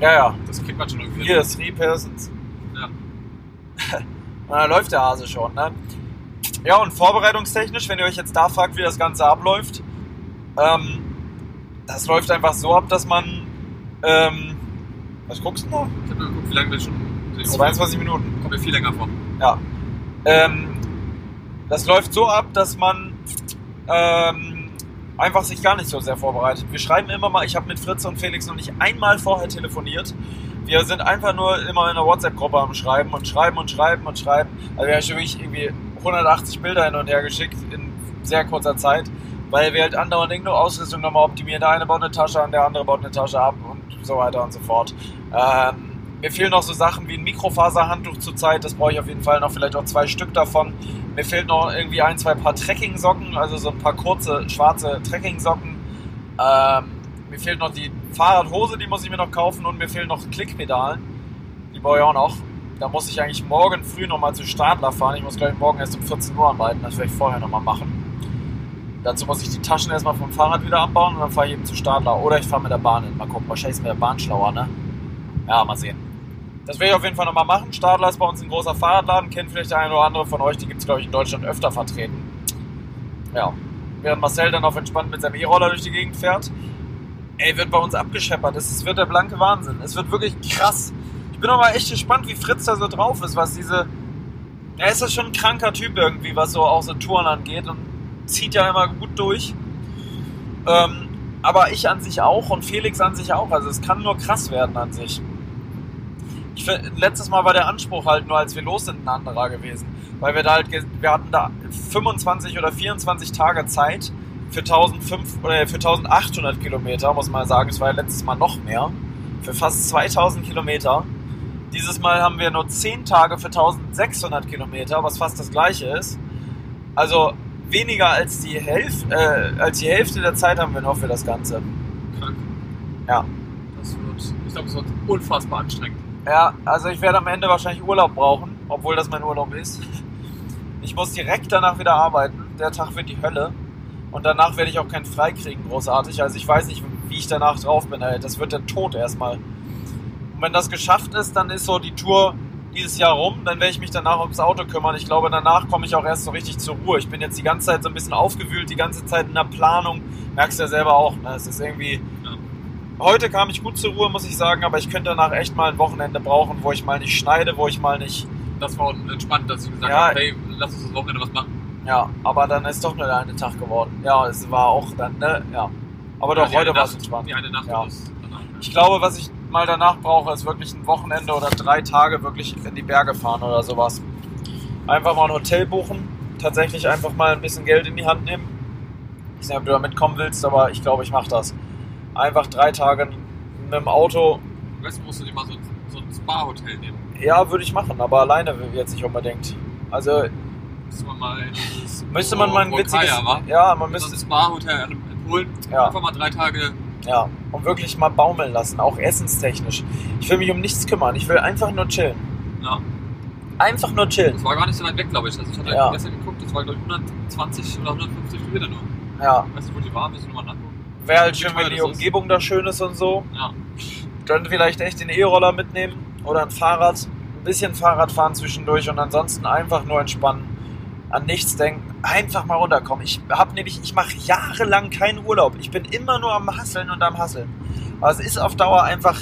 [SPEAKER 1] Ja, ja.
[SPEAKER 2] Das kriegt man schon irgendwie. hin.
[SPEAKER 1] Hier three persons.
[SPEAKER 2] Ja.
[SPEAKER 1] [laughs] Na, da läuft der Hase schon, ne? Ja und vorbereitungstechnisch, wenn ihr euch jetzt da fragt, wie das Ganze abläuft, ähm, das läuft einfach so ab, dass man ähm, was guckst du noch?
[SPEAKER 2] Ich hab mal geguckt, wie lange wir schon.
[SPEAKER 1] 22 Minuten.
[SPEAKER 2] Kommt mir viel länger vor.
[SPEAKER 1] Ähm, das läuft so ab, dass man ähm, einfach sich gar nicht so sehr vorbereitet. Wir schreiben immer mal, ich habe mit Fritz und Felix noch nicht einmal vorher telefoniert. Wir sind einfach nur immer in einer WhatsApp-Gruppe am Schreiben und schreiben und schreiben und schreiben. Also wir haben schon wirklich irgendwie 180 Bilder hin und her geschickt in sehr kurzer Zeit, weil wir halt andauernd irgendeine Ausrüstung nochmal optimieren. Der eine baut eine Tasche an, der andere baut eine Tasche ab und so weiter und so fort. Ähm, mir fehlen noch so Sachen wie ein Mikrofaserhandtuch zurzeit, das brauche ich auf jeden Fall noch, vielleicht auch zwei Stück davon. Mir fehlt noch irgendwie ein, zwei paar Trekkingsocken, also so ein paar kurze schwarze Trekkingsocken. Ähm, mir fehlt noch die Fahrradhose, die muss ich mir noch kaufen und mir fehlen noch Klickpedalen. Die brauche ich auch noch. Da muss ich eigentlich morgen früh nochmal zu Stadler fahren. Ich muss gleich morgen erst um 14 Uhr arbeiten, das werde ich vorher nochmal machen. Dazu muss ich die Taschen erstmal vom Fahrrad wieder abbauen und dann fahre ich eben zu Stadler. Oder ich fahre mit der Bahn hin. Mal gucken, wahrscheinlich ist mit der Bahn schlauer, ne? Ja, mal sehen. Das will ich auf jeden Fall nochmal machen. Stadler ist bei uns ein großer Fahrradladen. Kennt vielleicht der eine oder andere von euch. Die gibt es, glaube ich, in Deutschland öfter vertreten. Ja. Während Marcel dann auf entspannt mit seinem E-Roller durch die Gegend fährt. Ey, wird bei uns abgescheppert. Es ist- wird der blanke Wahnsinn. Es wird wirklich krass. Ich bin aber echt gespannt, wie Fritz da so drauf ist, was diese... Er ist ja schon ein kranker Typ irgendwie, was so auch so Touren angeht und zieht ja immer gut durch. Ähm, aber ich an sich auch und Felix an sich auch. Also es kann nur krass werden an sich. Ich, find, letztes Mal war der Anspruch halt nur, als wir los sind, ein anderer gewesen. Weil wir da halt, ge- wir hatten da 25 oder 24 Tage Zeit für, 1005, oder für 1800 Kilometer, muss man sagen. Es war ja letztes Mal noch mehr. Für fast 2000 Kilometer. Dieses Mal haben wir nur 10 Tage für 1600 Kilometer, was fast das gleiche ist. Also weniger als die, Hälf äh, als die Hälfte der Zeit haben wir noch für das Ganze.
[SPEAKER 2] Krank.
[SPEAKER 1] Ja.
[SPEAKER 2] Das wird, ich glaube, es wird unfassbar anstrengend.
[SPEAKER 1] Ja, also ich werde am Ende wahrscheinlich Urlaub brauchen, obwohl das mein Urlaub ist. Ich muss direkt danach wieder arbeiten. Der Tag wird die Hölle. Und danach werde ich auch keinen freikriegen, großartig. Also ich weiß nicht, wie ich danach drauf bin. Ey. Das wird der Tod erstmal. Und wenn das geschafft ist, dann ist so die Tour dieses Jahr rum. Dann werde ich mich danach ums Auto kümmern. Ich glaube, danach komme ich auch erst so richtig zur Ruhe. Ich bin jetzt die ganze Zeit so ein bisschen aufgewühlt, die ganze Zeit in der Planung. Merkst du ja selber auch. Ne? Es ist irgendwie... Heute kam ich gut zur Ruhe, muss ich sagen, aber ich könnte danach echt mal ein Wochenende brauchen, wo ich mal nicht schneide, wo ich mal nicht.
[SPEAKER 2] Das war auch entspannt, dass ich gesagt
[SPEAKER 1] Ja.
[SPEAKER 2] habe, hey, lass uns das Wochenende was machen.
[SPEAKER 1] Ja, aber dann ist doch nur der eine Tag geworden. Ja, es war auch dann, ne? Ja. Aber doch,
[SPEAKER 2] die eine
[SPEAKER 1] heute war es
[SPEAKER 2] Nacht-
[SPEAKER 1] entspannt.
[SPEAKER 2] Die eine Nacht
[SPEAKER 1] Ja.
[SPEAKER 2] ist dann-
[SPEAKER 1] Ich glaube, was ich mal danach brauche, ist wirklich ein Wochenende oder drei Tage wirklich in die Berge fahren oder sowas. Einfach mal ein Hotel buchen, tatsächlich einfach mal ein bisschen Geld in die Hand nehmen. Ich weiß nicht, ob du da mitkommen willst, aber ich glaube, ich mache das. Einfach drei Tage mit dem Auto,
[SPEAKER 2] Am besten musst du dir mal so ein, so ein Spa-Hotel nehmen.
[SPEAKER 1] ja, würde ich machen, aber alleine jetzt nicht unbedingt. Also
[SPEAKER 2] Müsste man mal in dieses
[SPEAKER 1] müsste man mal ein
[SPEAKER 2] Rokaya,
[SPEAKER 1] witziges.
[SPEAKER 2] Oh, wa?
[SPEAKER 1] Ja, man
[SPEAKER 2] So ein
[SPEAKER 1] müsste.
[SPEAKER 2] Spa-Hotel in Polen.
[SPEAKER 1] Ja.
[SPEAKER 2] Einfach mal drei Tage.
[SPEAKER 1] Ja, und wirklich mal baumeln lassen, auch essenstechnisch. Ich will mich um nichts kümmern, ich will einfach nur chillen.
[SPEAKER 2] Ja.
[SPEAKER 1] Einfach nur chillen.
[SPEAKER 2] Das war gar nicht so weit weg, glaube ich. Also ich hatte
[SPEAKER 1] Ja.
[SPEAKER 2] gestern geguckt, das war glaube ich 120 oder 150 Kilometer nur.
[SPEAKER 1] Ja,
[SPEAKER 2] Ich weiß nicht, wo die waren, müssen wir nochmal nachgucken.
[SPEAKER 1] wäre halt schön, wenn
[SPEAKER 2] Toll,
[SPEAKER 1] die
[SPEAKER 2] das ist-
[SPEAKER 1] Umgebung da schön ist und so.
[SPEAKER 2] Ja.
[SPEAKER 1] Dann vielleicht echt den E-Roller mitnehmen oder ein Fahrrad. Ein bisschen Fahrrad fahren zwischendurch und ansonsten einfach nur entspannen. An nichts denken, einfach mal runterkommen. Ich habe nämlich, ich mache jahrelang keinen Urlaub. Ich bin immer nur am Hasseln und am Hasseln. Aber es ist auf Dauer einfach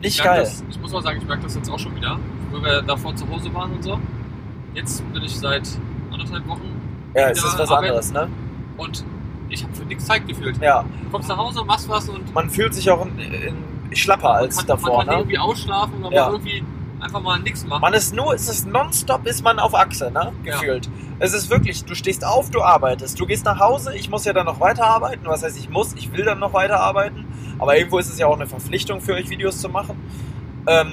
[SPEAKER 1] nicht
[SPEAKER 2] merke
[SPEAKER 1] geil.
[SPEAKER 2] Das, ich muss mal sagen, ich merke das jetzt auch schon wieder, wo wir davor zu Hause waren und so. Jetzt bin ich seit anderthalb Wochen
[SPEAKER 1] Ja, es ist
[SPEAKER 2] Ja,
[SPEAKER 1] was
[SPEAKER 2] aber-
[SPEAKER 1] anderes, ne?
[SPEAKER 2] und ich habe für nichts Zeit gefühlt.
[SPEAKER 1] Ja.
[SPEAKER 2] Du kommst nach Hause, machst was und
[SPEAKER 1] man fühlt sich auch in, in schlapper als
[SPEAKER 2] man,
[SPEAKER 1] davor.
[SPEAKER 2] man kann
[SPEAKER 1] Man, ne?
[SPEAKER 2] irgendwie ausschlafen oder
[SPEAKER 1] Ja.
[SPEAKER 2] mal irgendwie einfach mal nichts machen.
[SPEAKER 1] man ist nur, es ist nonstop, ist man auf Achse, ne?
[SPEAKER 2] Ja.
[SPEAKER 1] Gefühlt. Es ist wirklich, du stehst auf, du arbeitest, du gehst nach Hause, ich muss ja dann noch weiterarbeiten. Was heißt, ich muss, ich will dann noch weiterarbeiten. Aber irgendwo ist es ja auch eine Verpflichtung für euch, Videos zu machen. Ähm,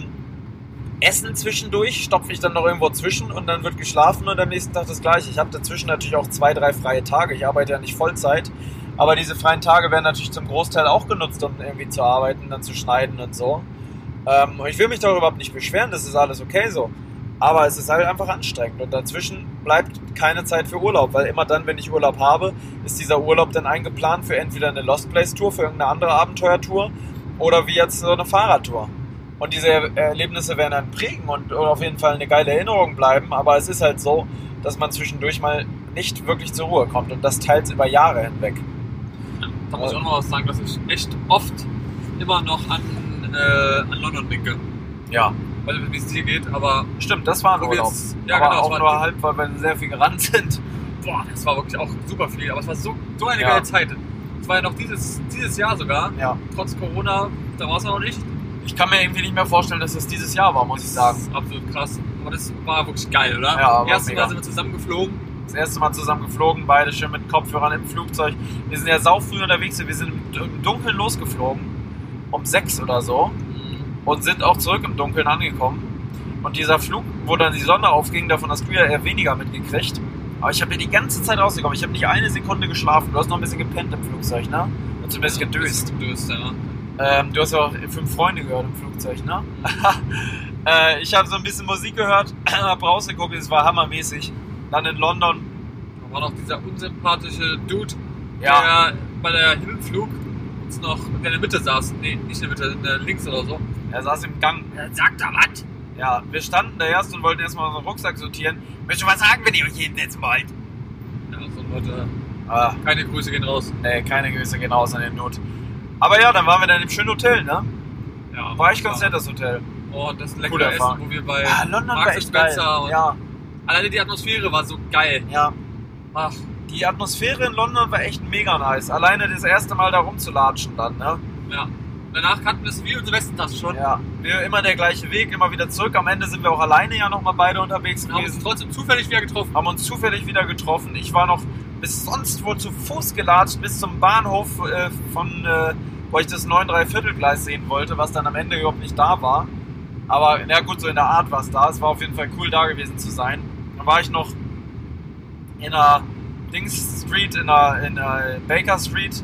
[SPEAKER 1] Essen zwischendurch stopfe ich dann noch irgendwo zwischen und dann wird geschlafen und am nächsten Tag das gleiche. Ich habe dazwischen natürlich auch zwei, drei freie Tage. Ich arbeite ja nicht Vollzeit. Aber diese freien Tage werden natürlich zum Großteil auch genutzt, um irgendwie zu arbeiten, dann zu schneiden und so. Ähm, und ich will mich darüber überhaupt nicht beschweren, das ist alles okay so. Aber es ist halt einfach anstrengend und dazwischen bleibt keine Zeit für Urlaub, weil immer dann, wenn ich Urlaub habe, ist dieser Urlaub dann eingeplant für entweder eine Lost Place Tour, für irgendeine andere Abenteuertour oder wie jetzt so eine Fahrradtour. Und diese Erlebnisse werden dann prägen und auf jeden Fall eine geile Erinnerung bleiben, aber es ist halt so, dass man zwischendurch mal nicht wirklich zur Ruhe kommt und das teils über Jahre hinweg.
[SPEAKER 2] Da muss ich auch noch mal was sagen, dass ich echt oft immer noch an, äh, an London denke.
[SPEAKER 1] Ja.
[SPEAKER 2] Weiß nicht, wie es dir geht, aber
[SPEAKER 1] Stimmt, das war ein
[SPEAKER 2] wo wir
[SPEAKER 1] Urlaub.
[SPEAKER 2] jetzt,
[SPEAKER 1] Ja, genau, aber auch
[SPEAKER 2] es
[SPEAKER 1] nur
[SPEAKER 2] war,
[SPEAKER 1] halb, weil wir sehr viel gerannt sind.
[SPEAKER 2] boah, das war wirklich auch super viel, aber es war so, so eine
[SPEAKER 1] Ja.
[SPEAKER 2] geile Zeit. Es war ja noch dieses, dieses Jahr sogar,
[SPEAKER 1] Ja.
[SPEAKER 2] trotz Corona, da war es noch nicht.
[SPEAKER 1] Ich kann mir irgendwie nicht mehr vorstellen, dass das dieses Jahr war, muss ich
[SPEAKER 2] Das
[SPEAKER 1] sagen.
[SPEAKER 2] ist absolut krass. Aber das war wirklich geil, oder?
[SPEAKER 1] Ja, war
[SPEAKER 2] Erste
[SPEAKER 1] mega.
[SPEAKER 2] Mal sind wir zusammen geflogen.
[SPEAKER 1] Das erste Mal zusammen geflogen, beide schön mit Kopfhörern im Flugzeug. Wir sind ja sau früh unterwegs, wir sind im- im Dunkeln losgeflogen, um sechs oder so, und sind auch zurück im Dunkeln angekommen. Und dieser Flug, wo dann die Sonne aufging, davon hast du ja eher weniger mitgekriegt. Aber ich habe ja die ganze Zeit rausgekommen. Ich habe nicht eine Sekunde geschlafen. Du hast noch ein bisschen gepennt im Flugzeug, ne? Und zumindest
[SPEAKER 2] Ja,
[SPEAKER 1] gedöst.
[SPEAKER 2] Gedöst, ja.
[SPEAKER 1] Ähm, du hast ja auch fünf Freunde gehört im Flugzeug, ne? [laughs] äh, ich habe so ein bisschen Musik gehört, [clears throat] hab rausgeguckt, es war hammermäßig. Dann in London.
[SPEAKER 2] Da war noch dieser unsympathische Dude,
[SPEAKER 1] Ja,
[SPEAKER 2] der bei der Hinflug uns noch, der in der Mitte saß. Nee, nicht in der Mitte, in der links oder so.
[SPEAKER 1] er saß im Gang.
[SPEAKER 2] Er sagt da was.
[SPEAKER 1] Ja, wir standen da erst und wollten erstmal unseren Rucksack sortieren. Möchtest du was sagen, wenn ihr euch hinsetzen wollt?
[SPEAKER 2] Ja, so Leute,
[SPEAKER 1] Ah,
[SPEAKER 2] keine Grüße gehen raus.
[SPEAKER 1] nee, keine Grüße gehen raus an den Not. Aber ja, dann waren wir dann im schönen Hotel, ne?
[SPEAKER 2] Ja,
[SPEAKER 1] War echt ganz nett, das Hotel.
[SPEAKER 2] Oh, das
[SPEAKER 1] Coole
[SPEAKER 2] leckere Essen,
[SPEAKER 1] Erfahrung.
[SPEAKER 2] wo wir bei.
[SPEAKER 1] Ja, London
[SPEAKER 2] Marks
[SPEAKER 1] war
[SPEAKER 2] and
[SPEAKER 1] echt geil.
[SPEAKER 2] Spencer und-
[SPEAKER 1] Ja,
[SPEAKER 2] Alleine die Atmosphäre war so geil.
[SPEAKER 1] ja.
[SPEAKER 2] Ach,
[SPEAKER 1] Die Atmosphäre in London war echt mega nice. Alleine das erste Mal da rumzulatschen dann, ne?
[SPEAKER 2] ja. Danach kannten wir es wie unsere Westentasche schon.
[SPEAKER 1] Ja, wir immer der gleiche Weg, immer wieder zurück. Am Ende sind wir auch alleine ja nochmal beide unterwegs
[SPEAKER 2] Wir haben uns
[SPEAKER 1] gewesen.
[SPEAKER 2] trotzdem zufällig wieder getroffen.
[SPEAKER 1] Haben uns zufällig wieder getroffen. Ich war noch bis sonst wo zu Fuß gelatscht bis zum Bahnhof äh, von, äh, wo ich das 9 Viertel Gleis sehen wollte, was dann am Ende überhaupt nicht da war. Aber na gut, so in der Art war es da. Es war auf jeden Fall cool da gewesen zu sein. Dann war ich noch in der Dings Street, in der, in der Baker Street,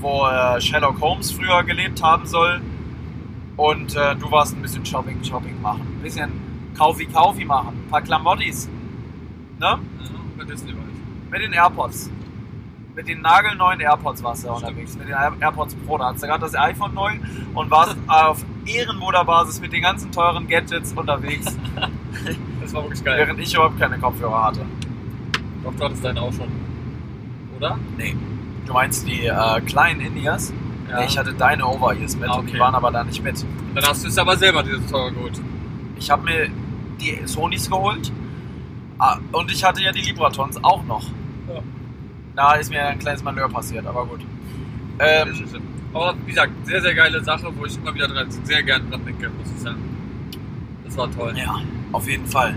[SPEAKER 1] wo äh, Sherlock Holmes früher gelebt haben soll. Und äh, du warst ein bisschen Shopping, Shopping machen. Ein bisschen Kaufi, Kaufi machen. Ein paar Klamottis. Ne?
[SPEAKER 2] Ja, bei Disney war ich.
[SPEAKER 1] Mit den AirPods. Mit den nagelneuen AirPods warst du ja
[SPEAKER 2] Stimmt.
[SPEAKER 1] unterwegs. Mit den Air- AirPods Pro. Da hast du gerade das iPhone neu und [laughs] warst auf Ehrenmoderbasis mit den ganzen teuren Gadgets [laughs] unterwegs,
[SPEAKER 2] Das war wirklich geil.
[SPEAKER 1] während ich überhaupt keine Kopfhörer hatte.
[SPEAKER 2] Doch, du hattest deinen auch schon. Oder?
[SPEAKER 1] Du meinst die äh, kleinen In-Ears? Nee, ich hatte deine Over-Ears mit
[SPEAKER 2] Ah,
[SPEAKER 1] und die
[SPEAKER 2] okay.
[SPEAKER 1] waren aber da nicht mit.
[SPEAKER 2] Dann hast du es aber selber diese teure geholt.
[SPEAKER 1] Ich habe mir die Sonys geholt ah, und ich hatte ja die Libratons auch noch.
[SPEAKER 2] Ja.
[SPEAKER 1] Da ist mir ein kleines Malheur passiert, aber gut. Ähm,
[SPEAKER 2] Aber wie gesagt, sehr, sehr geile Sache, wo ich immer wieder dran, sehr gerne dran denke, muss ich sagen. Das war toll.
[SPEAKER 1] ja, auf jeden Fall.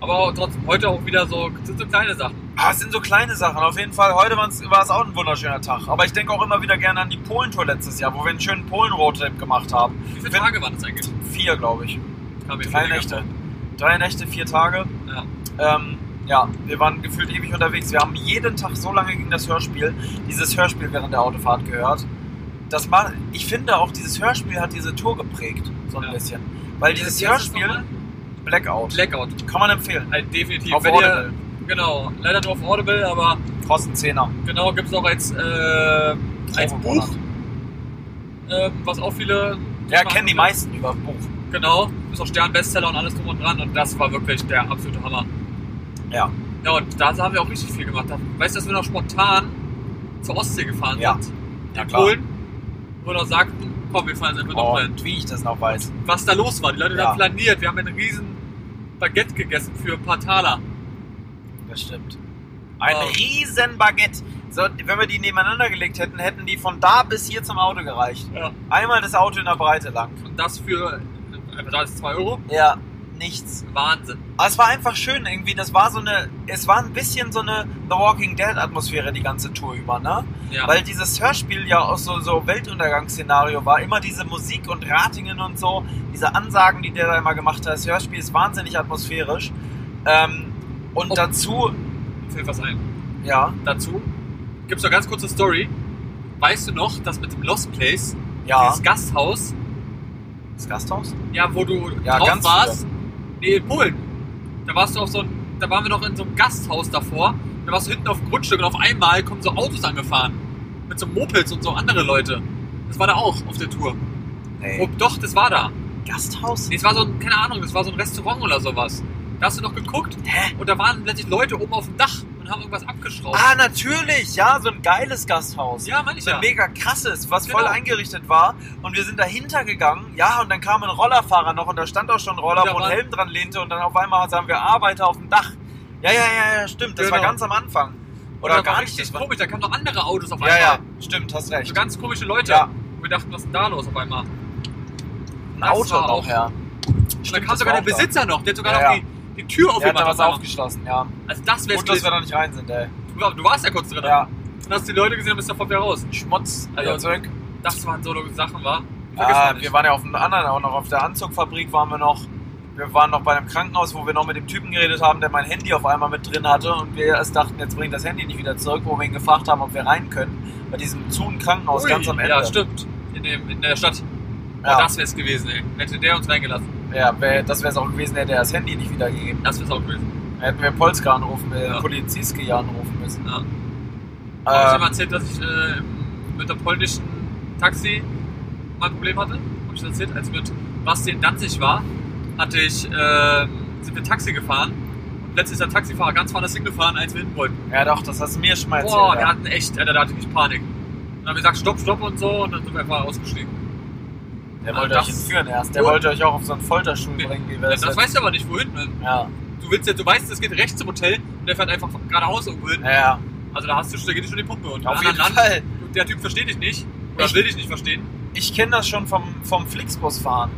[SPEAKER 2] Aber auch trotzdem, heute auch wieder so, sind so kleine Sachen.
[SPEAKER 1] Ah, es sind so kleine Sachen. Auf jeden Fall, heute waren's- war es auch ein wunderschöner Tag. Aber ich denke auch immer wieder gerne an die Polentour letztes Jahr, wo wir einen schönen Polen-Roadtrip gemacht haben.
[SPEAKER 2] Wie viele
[SPEAKER 1] Wenn-
[SPEAKER 2] Tage waren das eigentlich?
[SPEAKER 1] Vier, glaube ich.
[SPEAKER 2] Kam mir
[SPEAKER 1] Drei
[SPEAKER 2] weniger
[SPEAKER 1] Nächte. Drei Nächte, vier Tage.
[SPEAKER 2] Ja.
[SPEAKER 1] Ähm, ja, wir waren gefühlt ewig unterwegs. Wir haben jeden Tag so lange gegen das Hörspiel, dieses Hörspiel während der Autofahrt gehört. Das ma- ich finde auch, dieses Hörspiel hat diese Tour geprägt, so ein
[SPEAKER 2] Ja.
[SPEAKER 1] bisschen. Weil
[SPEAKER 2] Wie
[SPEAKER 1] dieses
[SPEAKER 2] hieß das
[SPEAKER 1] Hörspiel,
[SPEAKER 2] nochmal?
[SPEAKER 1] Blackout,
[SPEAKER 2] Blackout.
[SPEAKER 1] kann man empfehlen.
[SPEAKER 2] Halt definitiv.
[SPEAKER 1] Auf
[SPEAKER 2] Wenn
[SPEAKER 1] Audible,
[SPEAKER 2] Ihr, genau, leider nur auf Audible, aber
[SPEAKER 1] kostet einen Zehner.
[SPEAKER 2] genau gibt es auch als, äh, als
[SPEAKER 1] Pro
[SPEAKER 2] Buch,
[SPEAKER 1] Monat.
[SPEAKER 2] ähm, was auch viele.
[SPEAKER 1] Ja, kennen die meisten über das Buch.
[SPEAKER 2] Genau, ist auch Stern-Bestseller und alles drum und dran und das war wirklich der absolute Hammer.
[SPEAKER 1] Ja.
[SPEAKER 2] Ja, und da haben wir auch richtig viel gemacht. Da- Weißt du, dass wir noch spontan zur Ostsee gefahren
[SPEAKER 1] Ja.
[SPEAKER 2] sind?
[SPEAKER 1] Ja,
[SPEAKER 2] in
[SPEAKER 1] klar.
[SPEAKER 2] Polen, wo wir noch sagten, komm, wir fahren jetzt einfach
[SPEAKER 1] Oh,
[SPEAKER 2] noch rein.
[SPEAKER 1] und wie ich das noch weiß.
[SPEAKER 2] Was da los war, die Leute
[SPEAKER 1] Ja.
[SPEAKER 2] haben planiert, wir haben ein riesen Baguette gegessen für ein paar Taler.
[SPEAKER 1] Das stimmt. Ein
[SPEAKER 2] Wow.
[SPEAKER 1] riesen Baguette. So, wenn wir die nebeneinander gelegt hätten, hätten die von da bis hier zum Auto gereicht.
[SPEAKER 2] Ja.
[SPEAKER 1] Einmal das Auto in der Breite lang.
[SPEAKER 2] Und das für, einfach da ist 2 Euro,
[SPEAKER 1] Ja, nichts.
[SPEAKER 2] Wahnsinn.
[SPEAKER 1] Aber es war einfach schön irgendwie. Das war so eine, es war ein bisschen so eine The Walking Dead Atmosphäre die ganze Tour über, ne?
[SPEAKER 2] Ja.
[SPEAKER 1] Weil dieses Hörspiel ja auch so, so Weltuntergangsszenario war. Immer diese Musik und Ratingen und so, diese Ansagen, die der da immer gemacht hat. Das Hörspiel ist wahnsinnig atmosphärisch. Ähm, und
[SPEAKER 2] Oh.
[SPEAKER 1] dazu,
[SPEAKER 2] Mir fällt was ein.
[SPEAKER 1] ja,
[SPEAKER 2] Dazu gibt es noch ganz kurze Story. Weißt du noch, dass mit dem Lost Place,
[SPEAKER 1] ja,
[SPEAKER 2] dieses Gasthaus,
[SPEAKER 1] das Gasthaus?
[SPEAKER 2] Ja, wo du
[SPEAKER 1] Ja,
[SPEAKER 2] drauf
[SPEAKER 1] ganz
[SPEAKER 2] warst. Nee, in Polen. Da warst du auf so ein, da waren wir noch in so einem Gasthaus davor. Da warst du hinten auf dem Grundstück und auf einmal kommen so Autos angefahren. Mit so Mopeds und so andere Leute. Das war da auch auf der Tour. Oh,
[SPEAKER 1] Nee.
[SPEAKER 2] doch, das war da.
[SPEAKER 1] Gasthaus?
[SPEAKER 2] Oh. Nee, es war so ein, keine Ahnung, das war so ein Restaurant oder sowas. Da hast du noch geguckt
[SPEAKER 1] Hä?
[SPEAKER 2] und da waren plötzlich Leute oben auf dem Dach und haben irgendwas abgeschraubt.
[SPEAKER 1] Ah, natürlich, ja, so ein geiles Gasthaus.
[SPEAKER 2] ja, meine ich
[SPEAKER 1] so ein
[SPEAKER 2] ja.
[SPEAKER 1] mega krasses, was
[SPEAKER 2] Genau.
[SPEAKER 1] voll eingerichtet war. Und wir sind dahinter gegangen. Ja, und dann kam ein Rollerfahrer noch und da stand auch schon ein Roller,
[SPEAKER 2] Ja,
[SPEAKER 1] wo ein
[SPEAKER 2] Mann.
[SPEAKER 1] Helm dran lehnte. Und dann auf einmal sagen wir Arbeiter auf dem Dach. Ja, ja, ja, ja, stimmt. Das war
[SPEAKER 2] Genau.
[SPEAKER 1] ganz am Anfang.
[SPEAKER 2] Oder
[SPEAKER 1] Oder
[SPEAKER 2] da war
[SPEAKER 1] gar nicht.
[SPEAKER 2] richtig
[SPEAKER 1] Das war,
[SPEAKER 2] komisch, da kamen noch andere Autos auf
[SPEAKER 1] ja,
[SPEAKER 2] einmal.
[SPEAKER 1] ja, stimmt, hast
[SPEAKER 2] So
[SPEAKER 1] recht.
[SPEAKER 2] ganz komische Leute.
[SPEAKER 1] Ja.
[SPEAKER 2] Und wir dachten, was ist denn da los auf einmal?
[SPEAKER 1] Ein
[SPEAKER 2] das
[SPEAKER 1] Auto
[SPEAKER 2] war
[SPEAKER 1] noch,
[SPEAKER 2] auch-
[SPEAKER 1] ja.
[SPEAKER 2] Und dann
[SPEAKER 1] Stimmt,
[SPEAKER 2] kam
[SPEAKER 1] das
[SPEAKER 2] sogar
[SPEAKER 1] war
[SPEAKER 2] der
[SPEAKER 1] auch da.
[SPEAKER 2] Besitzer noch, der hat sogar
[SPEAKER 1] Ja,
[SPEAKER 2] noch
[SPEAKER 1] ja.
[SPEAKER 2] die, die Tür
[SPEAKER 1] Der hat
[SPEAKER 2] aufgemacht.
[SPEAKER 1] da was
[SPEAKER 2] auf einmal.
[SPEAKER 1] aufgeschlossen, ja.
[SPEAKER 2] also das wär's
[SPEAKER 1] Gut, dass wir
[SPEAKER 2] gewesen.
[SPEAKER 1] da nicht rein sind, ey.
[SPEAKER 2] Du, du warst ja kurz drin.
[SPEAKER 1] Ja,
[SPEAKER 2] Dann hast du die Leute gesehen und bist sofort wieder raus.
[SPEAKER 1] Schmutz,
[SPEAKER 2] Also-
[SPEAKER 1] also zurück.
[SPEAKER 2] Das waren so eine Sachen, war.
[SPEAKER 1] Ah, wir waren ja auf dem anderen auch noch. Auf der Anzugfabrik waren wir noch. Wir waren noch bei einem Krankenhaus, wo wir noch mit dem Typen geredet haben, der mein Handy auf einmal mit drin hatte. Und wir erst dachten, jetzt bringt das Handy nicht wieder zurück, wo wir ihn gefragt haben, ob wir rein können. Bei diesem zuen Krankenhaus ganz am Ende.
[SPEAKER 2] Ja, stimmt. In, dem, in der Stadt. Ja.
[SPEAKER 1] Ja,
[SPEAKER 2] das wär's gewesen, ey. Hätte der uns reingelassen.
[SPEAKER 1] ja wär, das wäre es auch gewesen, hätte er das Handy nicht wiedergegeben.
[SPEAKER 2] Das wär's auch gewesen.
[SPEAKER 1] Hätten wir Polska anrufen, äh,
[SPEAKER 2] Ja.
[SPEAKER 1] Polizeiski anrufen müssen.
[SPEAKER 2] Ja. Hab ich dir mal
[SPEAKER 1] Ähm,
[SPEAKER 2] erzählt, dass ich äh, im- mit dem polnischen Taxi mein Problem hatte? Hab ich dir erzählt? Als ich mit Basti in Danzig war, hatte ich, äh, sind wir Taxi gefahren. Und letztlich ist der Taxifahrer ganz woanders hingefahren, als wir hin wollten.
[SPEAKER 1] ja doch, das hast du mir schon mal erzählt.
[SPEAKER 2] Boah, wir
[SPEAKER 1] ja.
[SPEAKER 2] hatten echt, äh, Alter, da hatte ich Panik. Und dann haben wir gesagt, stopp, stopp und so und dann sind wir einfach ausgestiegen.
[SPEAKER 1] Der
[SPEAKER 2] Ah,
[SPEAKER 1] wollte
[SPEAKER 2] das-
[SPEAKER 1] euch entführen erst. Der
[SPEAKER 2] Oh.
[SPEAKER 1] wollte euch auch auf so einen Folterstuhl
[SPEAKER 2] Nee,
[SPEAKER 1] bringen, wie wir
[SPEAKER 2] Das,
[SPEAKER 1] das
[SPEAKER 2] das weißt du aber nicht, wohin. ne?
[SPEAKER 1] Ja,
[SPEAKER 2] Du willst ja, du weißt, es geht rechts zum Hotel und der fährt einfach geradeaus irgendwo hin.
[SPEAKER 1] ja, ja.
[SPEAKER 2] Also da hast du schon, da geht dir schon die Pumpe. Und
[SPEAKER 1] Auf
[SPEAKER 2] in einem
[SPEAKER 1] jeden
[SPEAKER 2] anderen
[SPEAKER 1] Fall.
[SPEAKER 2] Land, und der Typ versteht dich nicht oder
[SPEAKER 1] Echt?
[SPEAKER 2] will dich nicht verstehen.
[SPEAKER 1] ich kenne das schon vom, vom Flixbus-Fahren.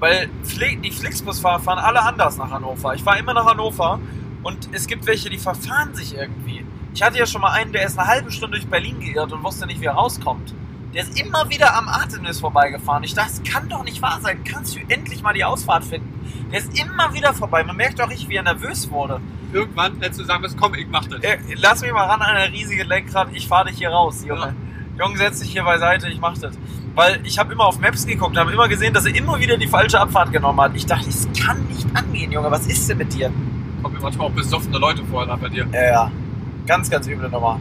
[SPEAKER 1] Weil Fli die Flixbus-Fahrer fahren alle anders nach Hannover. Ich fahre immer nach Hannover und es gibt welche, die verfahren sich irgendwie. Ich hatte ja schon mal einen, der ist eine halbe Stunde durch Berlin geirrt und wusste nicht, wie er rauskommt. Der ist immer wieder am Artemis vorbeigefahren. Ich dachte, das kann doch nicht wahr sein. Kannst du endlich mal die Ausfahrt finden? Der ist immer wieder vorbei. Man merkt auch ich, wie er nervös wurde.
[SPEAKER 2] Irgendwann hättest du sagen müssen, komm, ich mach das.
[SPEAKER 1] Äh, lass mich mal ran an ein riesiges Lenkrad, ich fahre dich hier raus, Junge. Junge, setz dich hier beiseite, ich mach das. Weil ich habe immer auf Maps geguckt, habe immer gesehen, dass er immer wieder die falsche Abfahrt genommen hat. Ich dachte, das kann nicht angehen, Junge, was ist denn mit dir?
[SPEAKER 2] Kommen mir manchmal auch besoffene Leute vor da bei dir.
[SPEAKER 1] Ja, ja. Ganz, ganz üble Nummer.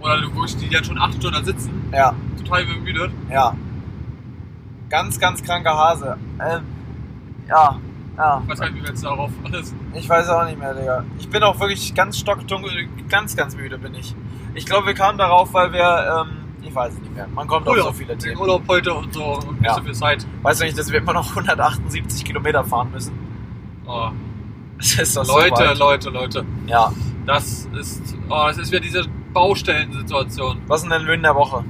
[SPEAKER 2] Oder du wirklich, die dann schon acht Stunden da sitzen,
[SPEAKER 1] Ja,
[SPEAKER 2] total bemüdet.
[SPEAKER 1] ja. Ganz, ganz kranker Hase. Ähm, ja, ja.
[SPEAKER 2] Ich weiß gar nicht, wie wir jetzt darauf alles.
[SPEAKER 1] Ich weiß auch nicht mehr, Digga. Ich bin auch wirklich ganz stockdunkel, ganz, ganz müde bin ich. Ich glaube, wir kamen darauf, weil wir, ähm, ich weiß es nicht mehr. Man kommt auf so viele
[SPEAKER 2] den
[SPEAKER 1] Themen.
[SPEAKER 2] Urlaub heute und so und nicht
[SPEAKER 1] Ja.
[SPEAKER 2] so viel Zeit.
[SPEAKER 1] Weißt du nicht, dass wir immer noch 178 Kilometer fahren müssen? [laughs]
[SPEAKER 2] Oh.
[SPEAKER 1] Das ist doch so
[SPEAKER 2] Leute,
[SPEAKER 1] weit.
[SPEAKER 2] Leute, Leute.
[SPEAKER 1] Ja,
[SPEAKER 2] Das ist, oh, das ist wieder diese Baustellensituation.
[SPEAKER 1] Was ist denn dein Win der Woche?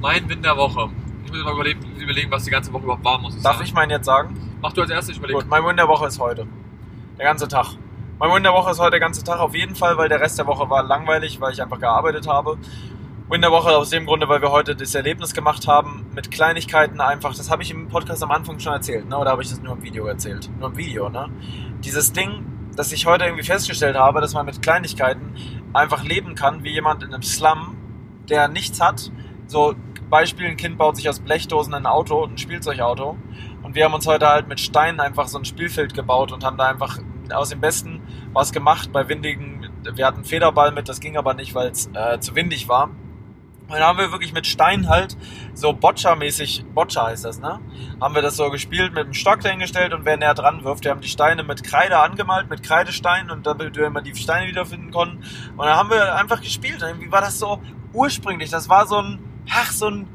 [SPEAKER 2] Mein Win der Woche. Ich muss mal überlegen, überlegen, was die ganze Woche überhaupt war, muss ich
[SPEAKER 1] Darf
[SPEAKER 2] sagen.
[SPEAKER 1] ich meinen jetzt sagen?
[SPEAKER 2] Mach du als erstes, ich überlege.
[SPEAKER 1] Gut, mein Win der Woche ist heute. Der ganze Tag. Mein Win der Woche ist heute der ganze Tag auf jeden Fall, weil der Rest der Woche war langweilig, weil ich einfach gearbeitet habe. Win der Woche aus dem Grunde, weil wir heute das Erlebnis gemacht haben mit Kleinigkeiten einfach. Das habe ich im Podcast am Anfang schon erzählt, ne? oder habe ich das nur im Video erzählt? Nur im Video, ne? Dieses Ding, dass ich heute irgendwie festgestellt habe, dass man mit Kleinigkeiten einfach leben kann, wie jemand in einem Slum, der nichts hat. So, Beispiel, ein Kind baut sich aus Blechdosen ein Auto, ein Spielzeugauto. Und wir haben uns heute halt mit Steinen einfach so ein Spielfeld gebaut und haben da einfach aus dem Besten was gemacht bei windigen. Wir hatten Federball mit, das ging aber nicht, weil es äh, zu windig war. Und dann haben wir wirklich mit Steinen halt so Boccia-mäßig, Boccia heißt das, ne? Haben wir das so gespielt, mit dem Stock dahingestellt und wer näher dran wirft, wir haben die Steine mit Kreide angemalt, mit Kreidesteinen und damit wir immer die Steine wiederfinden konnten. Und dann haben wir einfach gespielt. Und irgendwie war das so ursprünglich, das war so ein, ach, so ein,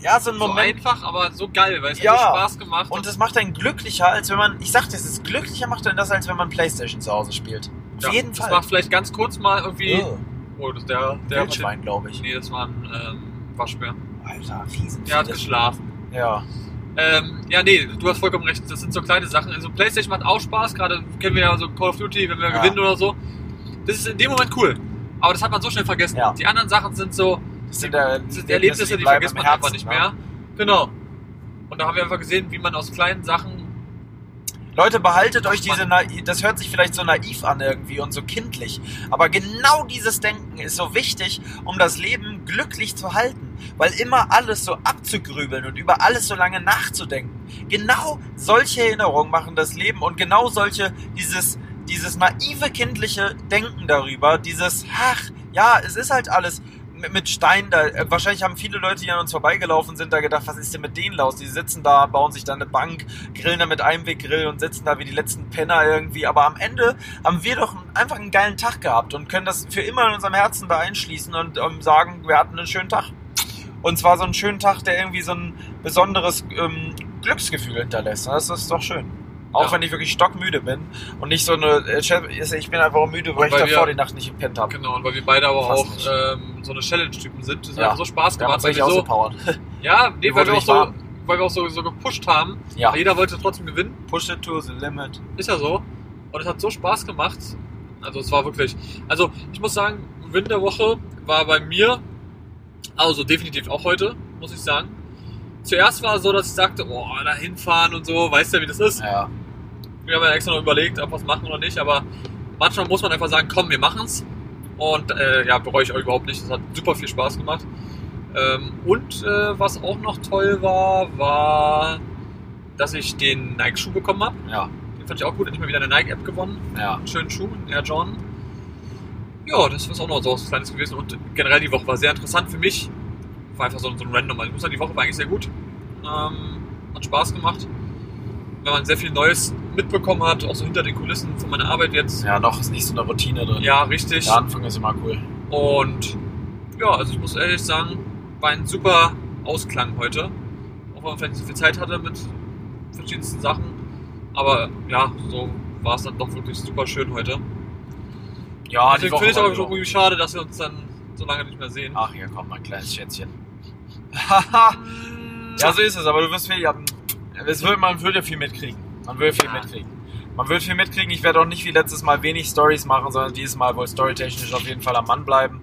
[SPEAKER 1] ja, so ein
[SPEAKER 2] so
[SPEAKER 1] Moment.
[SPEAKER 2] einfach, aber so geil, weil es
[SPEAKER 1] Ja.
[SPEAKER 2] hat so Spaß gemacht.
[SPEAKER 1] Und das macht einen glücklicher, als wenn man, ich sagte, es ist glücklicher macht einen das, als wenn man Playstation zu Hause spielt. Auf
[SPEAKER 2] Ja,
[SPEAKER 1] jeden Fall.
[SPEAKER 2] Das macht vielleicht ganz kurz mal irgendwie.
[SPEAKER 1] oh,
[SPEAKER 2] Oh, das der, der hat den,
[SPEAKER 1] Wildschwein, glaube ich.
[SPEAKER 2] Nee, das war ein ähm, Waschbär.
[SPEAKER 1] Alter, riesen.
[SPEAKER 2] Der hat geschlafen.
[SPEAKER 1] Ja,
[SPEAKER 2] Ähm, ja, nee, du hast vollkommen recht. Das sind so kleine Sachen. Also Playstation macht auch Spaß, gerade kennen wir ja so Call of Duty, wenn wir
[SPEAKER 1] Ja.
[SPEAKER 2] gewinnen oder so. Das ist in dem Moment cool. Aber das hat man so schnell vergessen.
[SPEAKER 1] Ja.
[SPEAKER 2] Die anderen Sachen sind so
[SPEAKER 1] das sind der,
[SPEAKER 2] das sind Erlebnisse, die
[SPEAKER 1] bleiben
[SPEAKER 2] vergisst
[SPEAKER 1] im
[SPEAKER 2] man
[SPEAKER 1] Herzen,
[SPEAKER 2] einfach nicht
[SPEAKER 1] ne?
[SPEAKER 2] mehr. Genau. Und da haben wir einfach gesehen, wie man aus kleinen Sachen.
[SPEAKER 1] Leute, behaltet euch diese, Na das hört sich vielleicht so naiv an irgendwie und so kindlich, aber genau dieses Denken ist so wichtig, um das Leben glücklich zu halten, weil immer alles so abzugrübeln und über alles so lange nachzudenken. Genau solche Erinnerungen machen das Leben und genau solche, dieses, dieses naive kindliche Denken darüber, dieses, ach, ja, es ist halt alles mit- mit Steinen da. äh, Wahrscheinlich haben viele Leute, die an uns vorbeigelaufen sind, da gedacht, was ist denn mit denen los? Die sitzen da, bauen sich da eine Bank, grillen da mit Einweggrill und sitzen da wie die letzten Penner irgendwie. Aber am Ende haben wir doch einfach einen geilen Tag gehabt und können das für immer in unserem Herzen da einschließen und ähm, sagen, wir hatten einen schönen Tag. Und zwar so einen schönen Tag, der irgendwie so ein besonderes ähm, Glücksgefühl hinterlässt. Das ist doch schön. Auch
[SPEAKER 2] Ja.
[SPEAKER 1] wenn ich wirklich stockmüde bin und nicht so eine. äh, Ich bin einfach müde, weil,
[SPEAKER 2] weil
[SPEAKER 1] ich davor
[SPEAKER 2] wir-
[SPEAKER 1] die Nacht nicht gepennt habe.
[SPEAKER 2] Genau, und weil wir beide aber
[SPEAKER 1] Fast
[SPEAKER 2] auch
[SPEAKER 1] nicht.
[SPEAKER 2] ähm, so eine Challenge-Typen sind, das
[SPEAKER 1] Ja.
[SPEAKER 2] hat so Spaß
[SPEAKER 1] Ja,
[SPEAKER 2] gemacht.
[SPEAKER 1] man
[SPEAKER 2] weil
[SPEAKER 1] ich
[SPEAKER 2] wir so,
[SPEAKER 1] ausgepowert.
[SPEAKER 2] ja nee,
[SPEAKER 1] Mir
[SPEAKER 2] weil
[SPEAKER 1] wurde
[SPEAKER 2] wir auch
[SPEAKER 1] nicht
[SPEAKER 2] so,
[SPEAKER 1] warm.
[SPEAKER 2] weil wir auch so, so gepusht haben.
[SPEAKER 1] Ja.
[SPEAKER 2] Jeder wollte trotzdem gewinnen.
[SPEAKER 1] Push it to the limit.
[SPEAKER 2] Ist ja so. Und es hat so Spaß gemacht. Also es war wirklich. Also ich muss sagen, Win der Woche war bei mir, also definitiv auch heute, muss ich sagen. Zuerst war es so, dass ich sagte, oh, da hinfahren und so, weißt ja, wie das ist.
[SPEAKER 1] Ja.
[SPEAKER 2] Wir haben ja extra noch überlegt, ob wir es machen oder nicht, aber manchmal muss man einfach sagen, komm, wir machen's. Und äh, ja, bereue ich euch überhaupt nicht. Es hat super viel Spaß gemacht. Ähm, und äh, was auch noch toll war, war, dass ich den Nike-Schuh bekommen habe.
[SPEAKER 1] Ja.
[SPEAKER 2] Den fand ich auch gut. Endlich mal wieder eine Nike-App gewonnen.
[SPEAKER 1] Ja.
[SPEAKER 2] Einen schönen Schuh, einen Air Jordan. Ja, das ist auch noch so was Kleines gewesen. Und generell die Woche war sehr interessant für mich. War einfach so, so ein Random. Also ich muss sagen, die Woche war eigentlich sehr gut. Ähm, hat Spaß gemacht. Wenn man sehr viel Neues mitbekommen hat, auch so hinter den Kulissen von meiner Arbeit jetzt.
[SPEAKER 1] Ja, noch ist nicht so eine Routine drin.
[SPEAKER 2] Ja, richtig.
[SPEAKER 1] Der Anfang ist immer cool.
[SPEAKER 2] Und ja, also ich muss ehrlich sagen, war ein super Ausklang heute. Auch wenn man vielleicht nicht so viel Zeit hatte mit verschiedensten Sachen. Aber ja, so war es dann doch wirklich super schön heute.
[SPEAKER 1] Ja,
[SPEAKER 2] Deswegen finde ich es aber schon irgendwie schade, dass wir uns dann so lange nicht mehr sehen.
[SPEAKER 1] Ach, hier kommt mein kleines
[SPEAKER 2] [laughs]
[SPEAKER 1] Schätzchen. Haha.
[SPEAKER 2] also,
[SPEAKER 1] ja, so ist es, aber du wirst viel. Ja, es wird, man würde viel mitkriegen. Man würde viel
[SPEAKER 2] Ja.
[SPEAKER 1] mitkriegen. Man wird viel mitkriegen. Ich werde auch nicht wie letztes Mal wenig Stories machen, sondern dieses Mal wohl storytechnisch auf jeden Fall am Mann bleiben.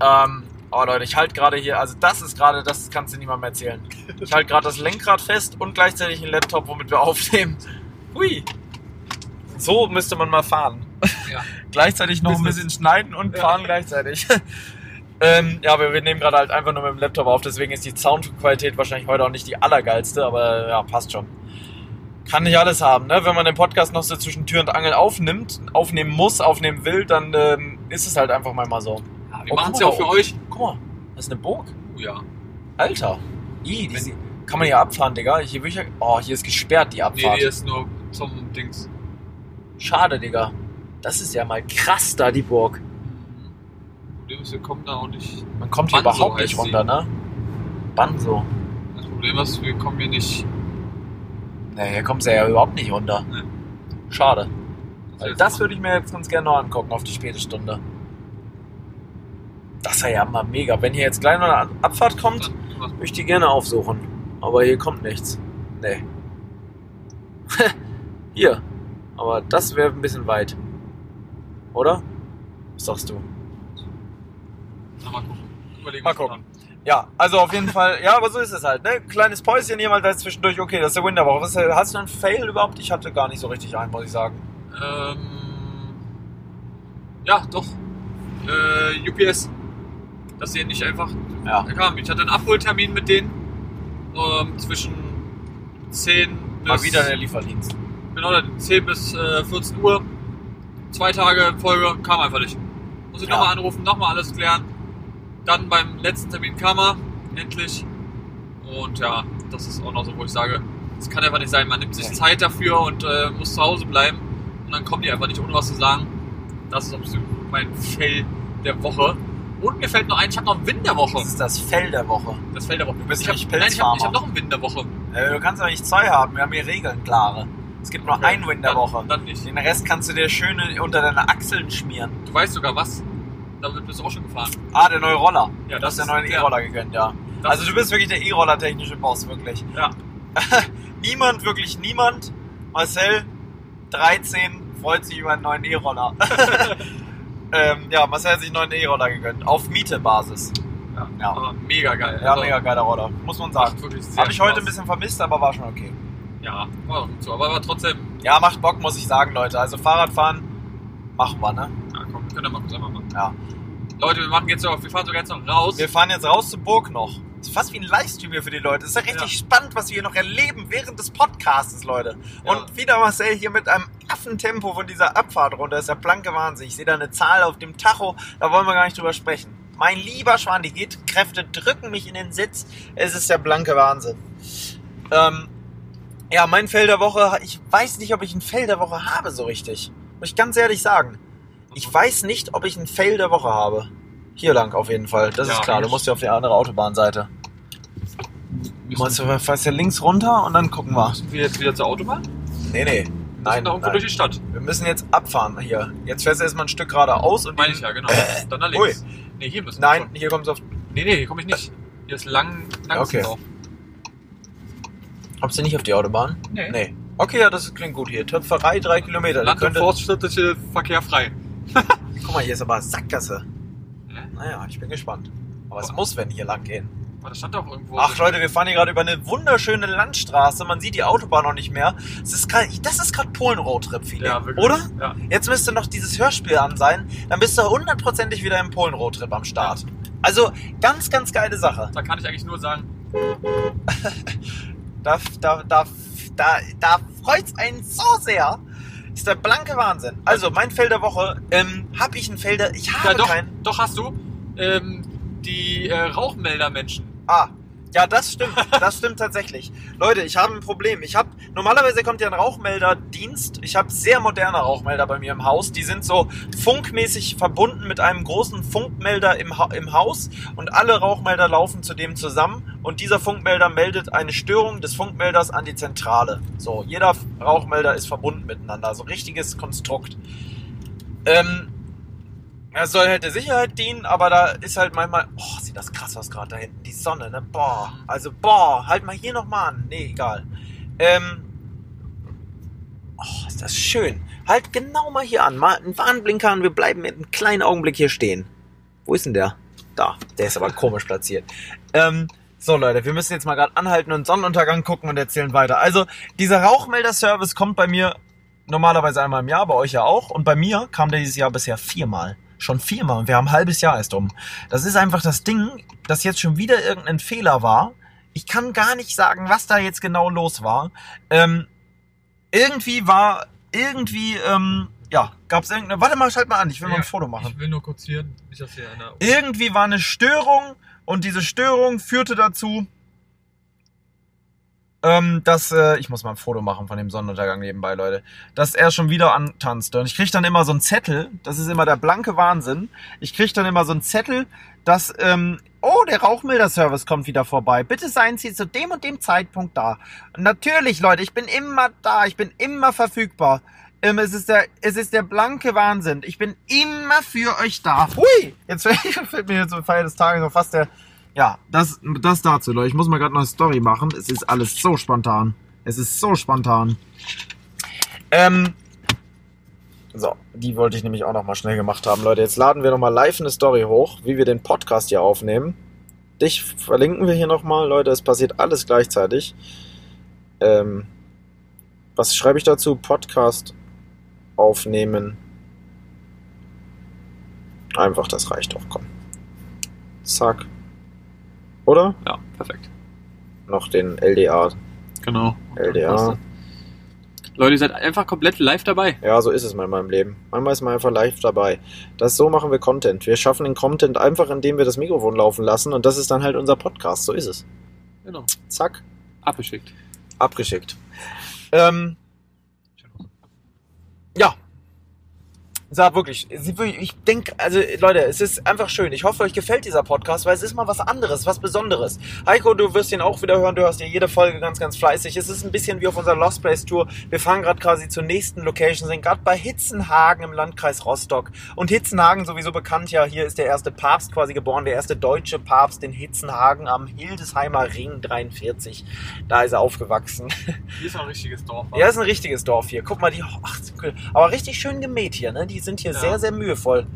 [SPEAKER 1] Ähm, oh Leute, ich halte gerade hier, also das ist gerade, das kannst du niemandem erzählen. Ich halte gerade das Lenkrad fest und gleichzeitig einen Laptop, womit wir aufnehmen. Hui. So müsste man mal fahren.
[SPEAKER 2] Ja.
[SPEAKER 1] [laughs] gleichzeitig noch ein
[SPEAKER 2] Business.
[SPEAKER 1] bisschen schneiden und
[SPEAKER 2] Ja.
[SPEAKER 1] fahren gleichzeitig. [laughs] ähm, ja, aber wir nehmen gerade halt einfach nur mit dem Laptop auf, deswegen ist die Soundqualität wahrscheinlich heute auch nicht die allergeilste, aber ja, passt schon. Kann nicht alles haben, ne? Wenn man den Podcast noch so zwischen Tür und Angel aufnimmt, aufnehmen muss, aufnehmen will, dann ähm, ist es halt einfach mal mal so.
[SPEAKER 2] Ja, wir
[SPEAKER 1] Oh,
[SPEAKER 2] machen es
[SPEAKER 1] guck
[SPEAKER 2] ja
[SPEAKER 1] mal.
[SPEAKER 2] auch für euch.
[SPEAKER 1] Guck mal, das ist eine Burg.
[SPEAKER 2] Oh ja.
[SPEAKER 1] Alter. Ih, die, kann man hier abfahren, Digga? Hier, will ich ja, oh, hier ist gesperrt, die
[SPEAKER 2] Nee,
[SPEAKER 1] Abfahrt.
[SPEAKER 2] die ist nur zum Dings.
[SPEAKER 1] Schade, Digga. Das ist ja mal krass da, die Burg.
[SPEAKER 2] Wir kommen da auch nicht.
[SPEAKER 1] Man kommt hier
[SPEAKER 2] Banso
[SPEAKER 1] überhaupt nicht
[SPEAKER 2] heißt sie.
[SPEAKER 1] runter, ne? Banso.
[SPEAKER 2] Das Problem ist, wir kommen hier nicht.
[SPEAKER 1] Nee, hier kommst du ja überhaupt nicht runter.
[SPEAKER 2] Nee.
[SPEAKER 1] Schade.
[SPEAKER 2] wir
[SPEAKER 1] Weil
[SPEAKER 2] jetzt
[SPEAKER 1] das
[SPEAKER 2] machen.
[SPEAKER 1] würde ich mir jetzt ganz gerne noch angucken auf die späte Stunde. Das ist ja mal mega. Wenn hier jetzt gleich noch eine Abfahrt kommt,
[SPEAKER 2] Dann-
[SPEAKER 1] würde ich die gerne aufsuchen. Aber hier kommt nichts. Nee. [laughs] hier. Aber das wäre ein bisschen weit. Oder? Was sagst du?
[SPEAKER 2] Na, mal gucken. Überlegen
[SPEAKER 1] Mal
[SPEAKER 2] wir uns
[SPEAKER 1] gucken. Ja, also auf jeden Fall, ja, aber so ist es halt, ne? Kleines Päuschen hier mal da zwischendurch, okay, das ist der Winterwoche. Was, hast du einen Fail überhaupt? Ich hatte gar nicht so richtig einen, muss ich sagen.
[SPEAKER 2] dann. Ähm, ja, doch. Äh, UPS. Dass sie nicht einfach
[SPEAKER 1] Ja.
[SPEAKER 2] kamen. Ich hatte einen Abholtermin mit denen. Ähm, zwischen 10
[SPEAKER 1] Mal
[SPEAKER 2] bis
[SPEAKER 1] wieder der Lieferdienst.
[SPEAKER 2] Genau, 10 bis äh, 14 Uhr. Zwei Tage in Folge kam einfach nicht. Muss ich
[SPEAKER 1] Ja.
[SPEAKER 2] nochmal anrufen, nochmal alles klären. Dann beim letzten Termin kam er, endlich. Und ja, das ist auch noch so, wo ich sage, es kann einfach nicht sein. Man nimmt sich
[SPEAKER 1] Nee.
[SPEAKER 2] Zeit dafür und äh, muss zu Hause bleiben. Und dann kommen die einfach nicht, ohne was zu sagen. Das ist absolut mein Fell der Woche. Und mir fällt noch ein, ich habe noch einen Win der Woche.
[SPEAKER 1] Das ist das Fell der Woche.
[SPEAKER 2] Das Fell der Woche. Du
[SPEAKER 1] bist
[SPEAKER 2] ich hab,
[SPEAKER 1] nicht
[SPEAKER 2] nein, ich habe
[SPEAKER 1] Pilzfarmer.
[SPEAKER 2] hab noch einen Win der Woche.
[SPEAKER 1] Äh, du kannst doch nicht zwei haben, wir haben hier Regeln, klare. Es gibt nur
[SPEAKER 2] Okay.
[SPEAKER 1] einen Win der
[SPEAKER 2] Dann-
[SPEAKER 1] Woche.
[SPEAKER 2] Dann nicht.
[SPEAKER 1] Den Rest kannst du dir schön unter deine Achseln schmieren.
[SPEAKER 2] Du weißt sogar was. Damit bist du auch schon gefahren.
[SPEAKER 1] Ah, der neue Roller.
[SPEAKER 2] Ja,
[SPEAKER 1] Du hast
[SPEAKER 2] das
[SPEAKER 1] ja
[SPEAKER 2] ist
[SPEAKER 1] neuen
[SPEAKER 2] ja.
[SPEAKER 1] E-Roller gegönnt, ja.
[SPEAKER 2] Das
[SPEAKER 1] also du bist wirklich der E-Roller-technische Boss, wirklich.
[SPEAKER 2] Ja.
[SPEAKER 1] [laughs] niemand, wirklich niemand. Marcel, 13, freut sich über einen neuen E-Roller. [laughs] ähm, ja, Marcel hat sich einen neuen E-Roller gegönnt. Auf Miete-Basis.
[SPEAKER 2] Ja,
[SPEAKER 1] Ja.
[SPEAKER 2] Aber mega geil.
[SPEAKER 1] Ja,
[SPEAKER 2] Also,
[SPEAKER 1] mega geiler Roller, muss man sagen.
[SPEAKER 2] Macht wirklich sehr
[SPEAKER 1] Habe ich heute ein
[SPEAKER 2] Spaß.
[SPEAKER 1] bisschen vermisst, aber war schon okay.
[SPEAKER 2] Ja, war auch gut so. Aber, aber trotzdem,
[SPEAKER 1] Ja, macht Bock, muss ich sagen, Leute. Also Fahrradfahren, machen wir, ne?
[SPEAKER 2] ja, komm, wir können ja mal zusammen machen.
[SPEAKER 1] Ja.
[SPEAKER 2] Leute, wir machen jetzt noch, wir fahren sogar jetzt noch raus.
[SPEAKER 1] Wir fahren jetzt raus zur Burg noch. Ist fast wie ein Livestream hier für die Leute. Ist ja richtig spannend, was wir hier noch erleben während des Podcasts, Leute.
[SPEAKER 2] Ja.
[SPEAKER 1] Und wieder Marcel hier mit einem Affentempo von dieser Abfahrt runter. Ist der blanke Wahnsinn. Ich sehe da eine Zahl auf dem Tacho. Da wollen wir gar nicht drüber sprechen. Mein lieber Schwan, die geht, Kräfte drücken mich in den Sitz. Es ist der blanke Wahnsinn. Ähm, ja, mein Fell der Woche. Ich weiß nicht, ob ich ein Fell der Woche habe so richtig. Muss ich ganz ehrlich sagen.
[SPEAKER 2] Mhm.
[SPEAKER 1] Ich weiß nicht, ob ich ein Fail der Woche habe. Hier lang auf jeden Fall. Das
[SPEAKER 2] Ja,
[SPEAKER 1] ist klar. Du
[SPEAKER 2] Mensch.
[SPEAKER 1] musst ja auf die andere Autobahnseite.
[SPEAKER 2] müssen,
[SPEAKER 1] Meinst du, fährst ja links runter und dann gucken wir.
[SPEAKER 2] müssen wir jetzt wieder zur Autobahn?
[SPEAKER 1] Nee,
[SPEAKER 2] Wir
[SPEAKER 1] nee. Nein,
[SPEAKER 2] sind doch irgendwo
[SPEAKER 1] nein.
[SPEAKER 2] durch die Stadt.
[SPEAKER 1] Wir müssen jetzt abfahren hier. Jetzt fährst du erstmal ein Stück geradeaus und
[SPEAKER 2] Meine ich ja, genau. Dann da links. Nee, hier müssen wir.
[SPEAKER 1] Äh, Nein,
[SPEAKER 2] schon.
[SPEAKER 1] hier kommst du auf.
[SPEAKER 2] Nee, nee, hier komme ich nicht. Hier ist lang, lang
[SPEAKER 1] Okay. Kommst du nicht auf die Autobahn?
[SPEAKER 2] Nee.
[SPEAKER 1] Nee. Okay, ja, das klingt gut hier. Töpferei, drei Kilometer. Da
[SPEAKER 2] Land- und
[SPEAKER 1] könnte,
[SPEAKER 2] forststädtische Verkehr frei.
[SPEAKER 1] guck mal, hier ist aber Sackgasse.
[SPEAKER 2] Hä?
[SPEAKER 1] Naja, ich bin gespannt. Aber es muss, wenn hier lang gehen.
[SPEAKER 2] Aber da stand doch irgendwo.
[SPEAKER 1] Ach Leute, wir fahren hier gerade über eine wunderschöne Landstraße. Man sieht die Autobahn noch nicht mehr. Es ist grad, das ist gerade Polen-Roadtrip-Feeling,
[SPEAKER 2] ja, wirklich.
[SPEAKER 1] oder?
[SPEAKER 2] Ja.
[SPEAKER 1] Jetzt müsste noch dieses Hörspiel an sein. Dann bist du hundertprozentig wieder im Polen-Roadtrip am Start. Also ganz, ganz geile Sache.
[SPEAKER 2] Da kann ich eigentlich nur sagen,
[SPEAKER 1] Da, da, da, da, da freut's einen so sehr. Ist der blanke Wahnsinn. Also, mein Feld der Woche. Ähm, hab ich ein Felder? Ich habe
[SPEAKER 2] ja, doch,
[SPEAKER 1] keinen.
[SPEAKER 2] doch hast du ähm, die äh, Rauchmelder-Menschen.
[SPEAKER 1] Ah, ja, das stimmt. Das stimmt tatsächlich. Leute, ich habe ein Problem. Ich habe normalerweise kommt ja ein Rauchmelderdienst. Ich habe sehr moderne Rauchmelder bei mir im Haus. Die sind so funkmäßig verbunden mit einem großen Funkmelder im, ha im Haus und alle Rauchmelder laufen zudem zusammen und dieser Funkmelder meldet eine Störung des Funkmelders an die Zentrale. So, jeder Rauchmelder ist verbunden miteinander. So richtiges Konstrukt. Ähm, er soll halt der Sicherheit dienen, aber da ist halt manchmal. Oh, sieht das krass aus gerade da hinten. Die Sonne, ne? Boah. Also, boah, halt mal hier nochmal an. Nee, egal. Ähm. Oh, ist das schön. Halt genau mal hier an. Mal einen Warnblinker an. Wir bleiben mit einem kleinen Augenblick hier stehen. Wo ist denn der? Da. Der ist aber komisch platziert. Ähm. So Leute, wir müssen jetzt mal gerade anhalten und Sonnenuntergang gucken und erzählen weiter. Also, dieser Rauchmelder-Service kommt bei mir normalerweise einmal im Jahr, bei euch ja auch. Und bei mir kam der dieses Jahr bisher viermal. Schon viermal. Und wir haben ein halbes Jahr erst um. Das ist einfach das Ding, dass jetzt schon wieder irgendein Fehler war. Ich kann gar nicht sagen, was da jetzt genau los war. Ähm, irgendwie war, irgendwie, ähm, ja, gab es irgendeine. Warte mal, schalt mal an, ich will mal ein
[SPEAKER 2] Ja,
[SPEAKER 1] Foto machen
[SPEAKER 2] Ich will nur kurz hier, nicht, dass hier einer.
[SPEAKER 1] irgendwie war eine Störung und diese Störung führte dazu, ähm, dass äh, ich muss mal ein Foto machen von dem Sonnenuntergang nebenbei, Leute, dass er schon wieder antanzte. Und ich krieg dann immer so einen Zettel, das ist immer der blanke Wahnsinn. Ich krieg dann immer so einen Zettel, dass ähm, oh der Rauchmelder-Service kommt wieder vorbei. Bitte seien Sie zu dem und dem Zeitpunkt da. Natürlich, Leute, ich bin immer da, ich bin immer verfügbar. Ähm, Ähm, es, ist der, es ist der blanke Wahnsinn. Ich bin immer für euch da. Hui! Jetzt fällt [laughs] mir zum Feier des Tages noch fast der. Ja, das, das dazu, Leute. Ich muss mal gerade noch eine Story machen. Es ist alles so spontan. Es ist so spontan. Ähm. So, die wollte ich nämlich auch nochmal schnell gemacht haben, Leute. Jetzt laden wir nochmal live eine Story hoch, wie wir den Podcast hier aufnehmen. Dich verlinken wir hier nochmal, Leute. Es passiert alles gleichzeitig. Ähm, was schreibe ich dazu? Podcast aufnehmen. Einfach, das reicht doch, komm. Zack. Oder?
[SPEAKER 2] Ja, perfekt.
[SPEAKER 1] Noch den LDA.
[SPEAKER 2] Genau.
[SPEAKER 1] LDA.
[SPEAKER 2] Leute, ihr seid einfach komplett live dabei.
[SPEAKER 1] Ja, so ist es manchmal im Leben. Manchmal ist man einfach live dabei. Das so machen wir Content. Wir schaffen den Content einfach, indem wir das Mikrofon laufen lassen und das ist dann halt unser Podcast. So ist es.
[SPEAKER 2] Genau.
[SPEAKER 1] Zack,
[SPEAKER 2] Abgeschickt.
[SPEAKER 1] abgeschickt. Ähm, ja. Sag wirklich, sie- ich denke, also Leute, es ist einfach schön. Ich hoffe, euch gefällt dieser Podcast, weil es ist mal was anderes, was Besonderes. Heiko, du wirst ihn auch wieder hören, du hörst ja jede Folge ganz, ganz fleißig. Es ist ein bisschen wie auf unserer Lost Place Tour. Wir fahren gerade quasi zur nächsten Location, sind gerade bei Hitzenhagen im Landkreis Rostock. Und Hitzenhagen sowieso bekannt ja, hier ist der erste Papst quasi geboren, der erste deutsche Papst in Hitzenhagen am Hildesheimer Ring 43. Da ist er aufgewachsen.
[SPEAKER 2] Hier ist auch ein richtiges Dorf.
[SPEAKER 1] Ja, ist ein richtiges Dorf hier. Guck mal, die. Ach, zum Glück. aber richtig schön gemäht hier, ne? Die sind hier
[SPEAKER 2] Ja.
[SPEAKER 1] sehr, sehr mühevoll.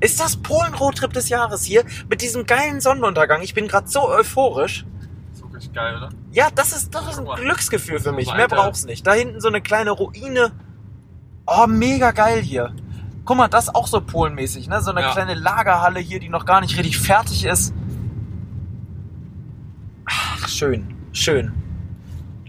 [SPEAKER 1] Ist das Polen-Roadtrip des Jahres hier? Mit diesem geilen Sonnenuntergang. Ich bin gerade so euphorisch.
[SPEAKER 2] ist wirklich geil, oder?
[SPEAKER 1] Ja, das ist, das ist ein
[SPEAKER 2] Guck mal.
[SPEAKER 1] Glücksgefühl für mich.
[SPEAKER 2] So,
[SPEAKER 1] Mehr
[SPEAKER 2] Alter.
[SPEAKER 1] braucht's nicht. Da hinten so eine kleine Ruine. Oh, mega geil hier. Guck mal, das ist auch so polenmäßig, ne? So eine
[SPEAKER 2] Ja.
[SPEAKER 1] kleine Lagerhalle hier, die noch gar nicht richtig fertig ist. Ach, schön, schön.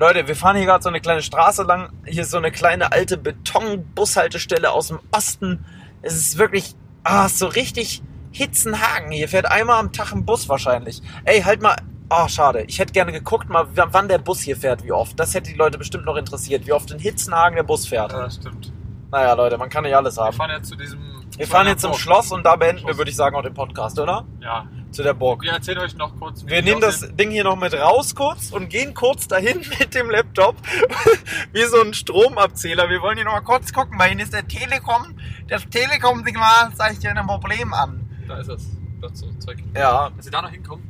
[SPEAKER 1] Leute, wir fahren hier gerade so eine kleine Straße lang. Hier ist so eine kleine alte Betonbushaltestelle aus dem Osten. Es ist wirklich, ah, ist so richtig Hitzenhagen. Hier fährt einmal am Tag ein Bus wahrscheinlich. Ey, halt mal. Ah, schade. Ich hätte gerne geguckt, mal, w- wann der Bus hier fährt, wie oft. Das hätte die Leute bestimmt noch interessiert, wie oft in Hitzenhagen der Bus fährt.
[SPEAKER 2] Ja, stimmt.
[SPEAKER 1] Naja, Leute, man kann nicht alles
[SPEAKER 2] Wir
[SPEAKER 1] haben.
[SPEAKER 2] fahren jetzt zu diesem.
[SPEAKER 1] Wir fahren jetzt zum Schloss und da beenden wir,
[SPEAKER 2] Schloss.
[SPEAKER 1] würde ich sagen, auch den Podcast, oder?
[SPEAKER 2] Ja.
[SPEAKER 1] Zu der Burg.
[SPEAKER 2] Wir erzählen euch noch kurz. wie
[SPEAKER 1] Wir
[SPEAKER 2] die
[SPEAKER 1] nehmen das
[SPEAKER 2] aussehen.
[SPEAKER 1] Ding hier noch mit raus kurz und gehen kurz dahin [laughs] mit dem Laptop. Wie so ein Stromabzähler. Wir wollen hier noch mal kurz gucken, weil hier ist der Telekom. Das Telekom-Signal zeigt hier ein Problem an.
[SPEAKER 2] Da ist es. Das so Zeug.
[SPEAKER 1] Ja.
[SPEAKER 2] Dass ihr da noch hinkommen.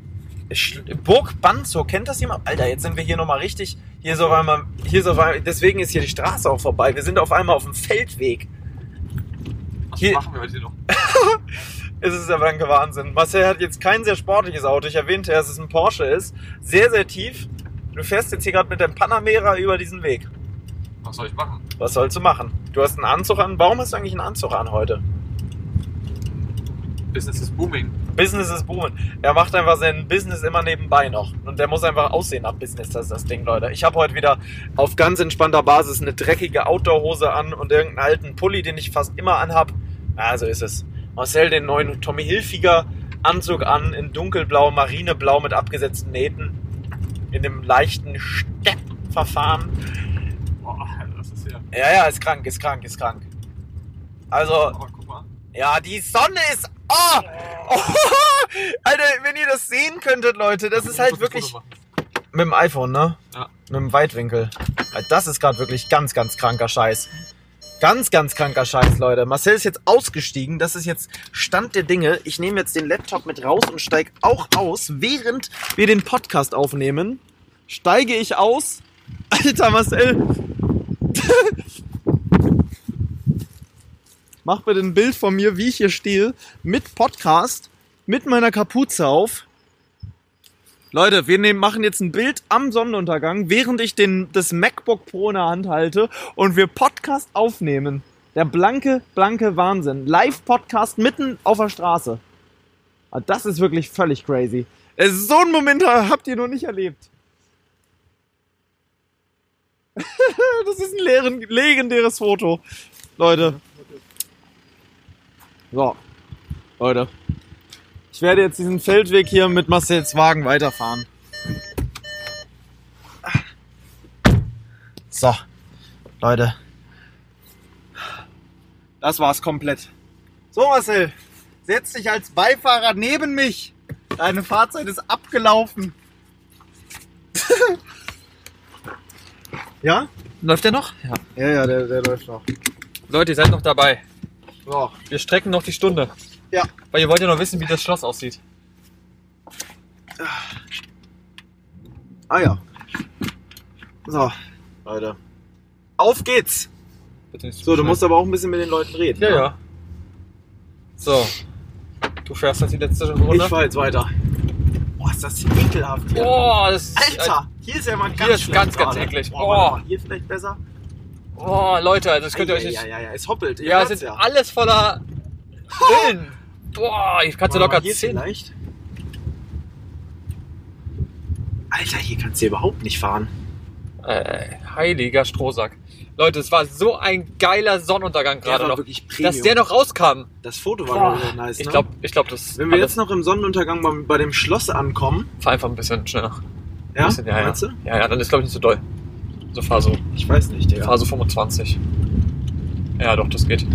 [SPEAKER 1] Sch- Burg Banzo, kennt das jemand? Alter, jetzt sind wir hier nochmal richtig. Hier ist auf einmal, hier ist auf einmal, deswegen ist hier die Straße auch vorbei. Wir sind auf einmal auf dem Feldweg.
[SPEAKER 2] Was
[SPEAKER 1] Hier-
[SPEAKER 2] machen wir heute noch?
[SPEAKER 1] Es ist der blanke Wahnsinn. Marcel hat jetzt kein sehr sportliches Auto. Ich erwähnte, dass es ein Porsche ist. Sehr, sehr tief. Du fährst jetzt hier gerade mit dem Panamera über diesen Weg.
[SPEAKER 2] Was soll ich machen?
[SPEAKER 1] Was sollst du machen? Du hast einen Anzug an. Warum hast du eigentlich einen Anzug an heute?
[SPEAKER 2] Business is booming.
[SPEAKER 1] Business ist booming. Er macht einfach sein Business immer nebenbei noch. Und der muss einfach aussehen nach Business. Das ist das Ding, Leute. Ich habe heute wieder auf ganz entspannter Basis eine dreckige Outdoor-Hose an und irgendeinen alten Pulli, den ich fast immer anhab. Also ist es. Marcel den neuen Tommy Hilfiger Anzug an in dunkelblau, marineblau mit abgesetzten Nähten. In dem leichten Stepp-Verfahren.
[SPEAKER 2] Boah, Alter, das ist ja.
[SPEAKER 1] Ja, ja, ist krank, ist krank, ist krank. Also,
[SPEAKER 2] Aber guck mal.
[SPEAKER 1] Ja, die Sonne ist. Oh! oh! [laughs] Alter, wenn ihr das sehen könntet, Leute, das ist halt wirklich. Mit dem iPhone, ne?
[SPEAKER 2] Ja.
[SPEAKER 1] Mit dem Weitwinkel. Alter, Das ist gerade wirklich ganz, ganz kranker Scheiß. Ganz, ganz kranker Scheiß, Leute. Marcel ist jetzt ausgestiegen. Das ist jetzt Stand der Dinge. Ich nehme jetzt den Laptop mit raus und steige auch aus, während wir den Podcast aufnehmen. Steige ich aus. [laughs] Alter, Marcel. [laughs] Mach bitte ein Bild von mir, wie ich hier stehe, mit Podcast, mit meiner Kapuze auf. Leute, wir nehmen, machen jetzt ein Bild am Sonnenuntergang, während ich den, das MacBook Pro in der Hand halte und wir Podcast aufnehmen. Der blanke, blanke Wahnsinn. Live-Podcast mitten auf der Straße. Ah, Das ist wirklich völlig crazy. Es ist So einen Moment habt ihr noch nicht erlebt. [laughs] das ist ein leeren- legendäres Foto. Leute. So. Leute. Ich werde jetzt diesen Feldweg hier mit Marcells Wagen weiterfahren. So, Leute. Das war's komplett. So, Marcel, setz dich als Beifahrer neben mich. Deine Fahrzeit ist abgelaufen. [laughs] ja? Läuft der noch? Ja, ja, der, der läuft noch.
[SPEAKER 2] Leute, ihr seid noch dabei.
[SPEAKER 1] So.
[SPEAKER 2] Wir strecken noch die Stunde.
[SPEAKER 1] Ja.
[SPEAKER 2] Weil ihr wollt ja noch wissen, wie das Schloss aussieht.
[SPEAKER 1] Ah ja. So, Leute. Auf geht's!
[SPEAKER 2] Bitte nicht zu
[SPEAKER 1] So, du
[SPEAKER 2] schnell.
[SPEAKER 1] musst aber auch ein bisschen mit den Leuten reden.
[SPEAKER 2] Ja,
[SPEAKER 1] ne?
[SPEAKER 2] ja. So. Du fährst jetzt die letzte Runde.
[SPEAKER 1] Ich fahr jetzt weiter. Boah, ist das ekelhaft hier.
[SPEAKER 2] Boah, das ist.
[SPEAKER 1] Alter, hier ist ja mal ganz
[SPEAKER 2] Oh. Hier ist
[SPEAKER 1] schlecht
[SPEAKER 2] ganz, ganz
[SPEAKER 1] gerade.
[SPEAKER 2] eklig.
[SPEAKER 1] Boah, warte
[SPEAKER 2] Oh.
[SPEAKER 1] mal, hier vielleicht besser.
[SPEAKER 2] Boah, Leute, also das könnt ihr euch nicht.
[SPEAKER 1] ja, ja, ja, es hoppelt. Ihr
[SPEAKER 2] Ja, es
[SPEAKER 1] hört's
[SPEAKER 2] ist alles voller Brillen. Boah, ich kannst
[SPEAKER 1] Warte mal,
[SPEAKER 2] du locker
[SPEAKER 1] hier
[SPEAKER 2] 10.
[SPEAKER 1] vielleicht. Alter, hier kannst du überhaupt nicht fahren.
[SPEAKER 2] Äh, heiliger Strohsack. Leute, es war so ein geiler Sonnenuntergang
[SPEAKER 1] Der
[SPEAKER 2] gerade
[SPEAKER 1] war
[SPEAKER 2] noch.
[SPEAKER 1] wirklich Premium.
[SPEAKER 2] Dass der noch rauskam.
[SPEAKER 1] das Foto
[SPEAKER 2] Boah.
[SPEAKER 1] war glaube ich, nice, ne?
[SPEAKER 2] Ich glaube, ich glaub, das
[SPEAKER 1] Wenn wir
[SPEAKER 2] hat
[SPEAKER 1] jetzt noch im Sonnenuntergang bei, bei dem Schloss ankommen,
[SPEAKER 2] das- fahr einfach ein bisschen schneller.
[SPEAKER 1] ja,
[SPEAKER 2] bisschen, ja, ja.
[SPEAKER 1] meinst du?
[SPEAKER 2] ja, ja, dann ist glaube ich nicht so doll. So fahr so.
[SPEAKER 1] Ich weiß nicht, Digga.
[SPEAKER 2] Fahr so 25. Ja, doch, das geht.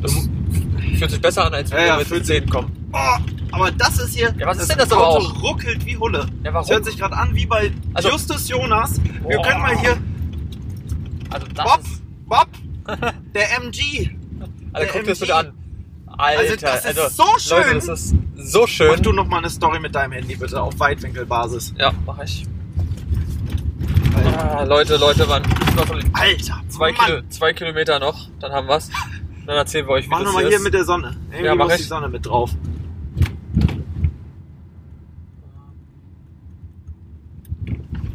[SPEAKER 2] Das fühlt sich besser an, als wenn
[SPEAKER 1] Hm. Ja, ja,
[SPEAKER 2] wir mit
[SPEAKER 1] fühlt
[SPEAKER 2] 10 kommen.
[SPEAKER 1] Oh, aber das ist hier.
[SPEAKER 2] Ja, was ist denn das aber
[SPEAKER 1] Auto
[SPEAKER 2] auch?
[SPEAKER 1] ruckelt wie Hulle.
[SPEAKER 2] Ja,
[SPEAKER 1] Das hört sich gerade an wie bei
[SPEAKER 2] Also-
[SPEAKER 1] Justus Jonas. Wir
[SPEAKER 2] Boah.
[SPEAKER 1] können mal hier.
[SPEAKER 2] Also das
[SPEAKER 1] Bob,
[SPEAKER 2] ist... [laughs]
[SPEAKER 1] Bob, der MG.
[SPEAKER 2] Also
[SPEAKER 1] Der
[SPEAKER 2] guck dir
[SPEAKER 1] MG.
[SPEAKER 2] das bitte an. Alter,
[SPEAKER 1] Also, das ist so
[SPEAKER 2] Leute,
[SPEAKER 1] schön.
[SPEAKER 2] das ist so schön.
[SPEAKER 1] Mach du noch mal eine Story mit deinem Handy bitte auf Weitwinkelbasis.
[SPEAKER 2] ja, mach ich.
[SPEAKER 1] Alter,
[SPEAKER 2] Ah, Leute, Leute, Mann. Ist noch so
[SPEAKER 1] Alter
[SPEAKER 2] zwei,
[SPEAKER 1] Oh Mann.
[SPEAKER 2] Kilo, zwei Kilometer noch, dann haben wir's. Dann erzählen wir euch, wie
[SPEAKER 1] Mach
[SPEAKER 2] das
[SPEAKER 1] nochmal
[SPEAKER 2] hier
[SPEAKER 1] hier
[SPEAKER 2] ist.
[SPEAKER 1] mit der Sonne. Irgendwie
[SPEAKER 2] Ja, mach
[SPEAKER 1] muss die
[SPEAKER 2] ich.
[SPEAKER 1] Sonne mit drauf.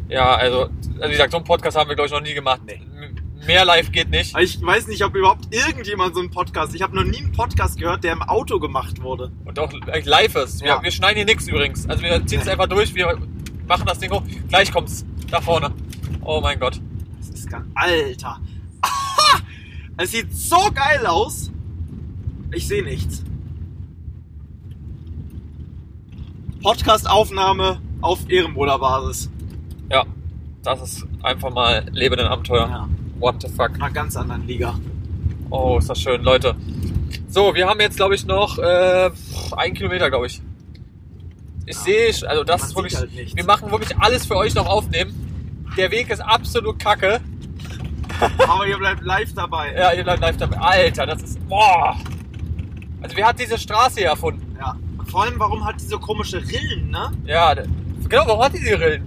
[SPEAKER 2] ja, also, also wie gesagt, so einen Podcast haben wir, glaube ich, noch nie gemacht.
[SPEAKER 1] Nee.
[SPEAKER 2] M- Mehr live geht nicht.
[SPEAKER 1] Aber Ich weiß nicht, ob überhaupt irgendjemand so einen Podcast. Ich habe noch nie einen Podcast gehört, der im Auto gemacht wurde.
[SPEAKER 2] Und auch eigentlich live ist. Wir,
[SPEAKER 1] Ja.
[SPEAKER 2] wir schneiden hier nichts übrigens. Also wir ziehen es einfach durch, wir machen das Ding hoch. Gleich kommt's. Da vorne. Oh mein Gott.
[SPEAKER 1] Das ist ganz. Alter. [laughs] Es sieht so geil aus. Ich sehe nichts. Podcast-Aufnahme auf Ehrenbruderbasis.
[SPEAKER 2] Ja. Das ist einfach mal Leben in Abenteuer.
[SPEAKER 1] Ja,
[SPEAKER 2] What the fuck.
[SPEAKER 1] in einer ganz anderen Liga.
[SPEAKER 2] Oh, ist das schön, Leute. So, wir haben jetzt, glaube ich, noch äh, einen Kilometer, glaube ich. Ich
[SPEAKER 1] Ja.
[SPEAKER 2] sehe, also das
[SPEAKER 1] Man
[SPEAKER 2] ist
[SPEAKER 1] sieht
[SPEAKER 2] wirklich.
[SPEAKER 1] halt nichts. [laughs]
[SPEAKER 2] wir machen wirklich alles für euch noch aufnehmen. Der Weg ist absolut kacke.
[SPEAKER 1] Aber ihr bleibt live dabei.
[SPEAKER 2] Ja, ihr bleibt live dabei. Alter, das ist. Boah! Also, wer hat diese Straße hier erfunden?
[SPEAKER 1] Ja. Und Vor allem, warum hat die so komische Rillen, ne?
[SPEAKER 2] Ja, d- genau, warum hat die die Rillen?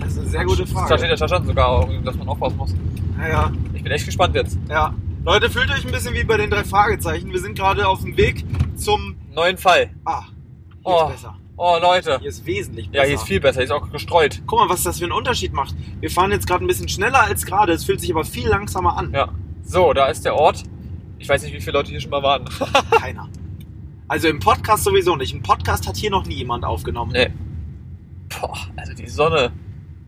[SPEAKER 1] Das ist eine sehr gute
[SPEAKER 2] Da
[SPEAKER 1] Frage.
[SPEAKER 2] steht ja schon sogar, dass man aufpassen muss.
[SPEAKER 1] Ja, ja.
[SPEAKER 2] Ich bin echt gespannt jetzt.
[SPEAKER 1] Ja. Leute, fühlt euch ein bisschen wie bei den drei Fragezeichen. Wir sind gerade auf dem Weg zum.
[SPEAKER 2] Neuen Fall.
[SPEAKER 1] Ah, hier
[SPEAKER 2] Oh.
[SPEAKER 1] ist besser.
[SPEAKER 2] Oh, Leute.
[SPEAKER 1] Hier ist wesentlich besser.
[SPEAKER 2] Ja, hier ist viel besser. Hier ist auch gestreut.
[SPEAKER 1] Guck mal, was das für einen Unterschied macht. Wir fahren jetzt gerade ein bisschen schneller als gerade. Es fühlt sich aber viel langsamer an.
[SPEAKER 2] Ja. So, da ist der Ort. Ich weiß nicht, wie viele Leute hier schon mal waren. [laughs]
[SPEAKER 1] Keiner. Also im Podcast sowieso nicht. Ein Podcast hat hier noch nie jemand aufgenommen.
[SPEAKER 2] Nee. Boah, also die Sonne.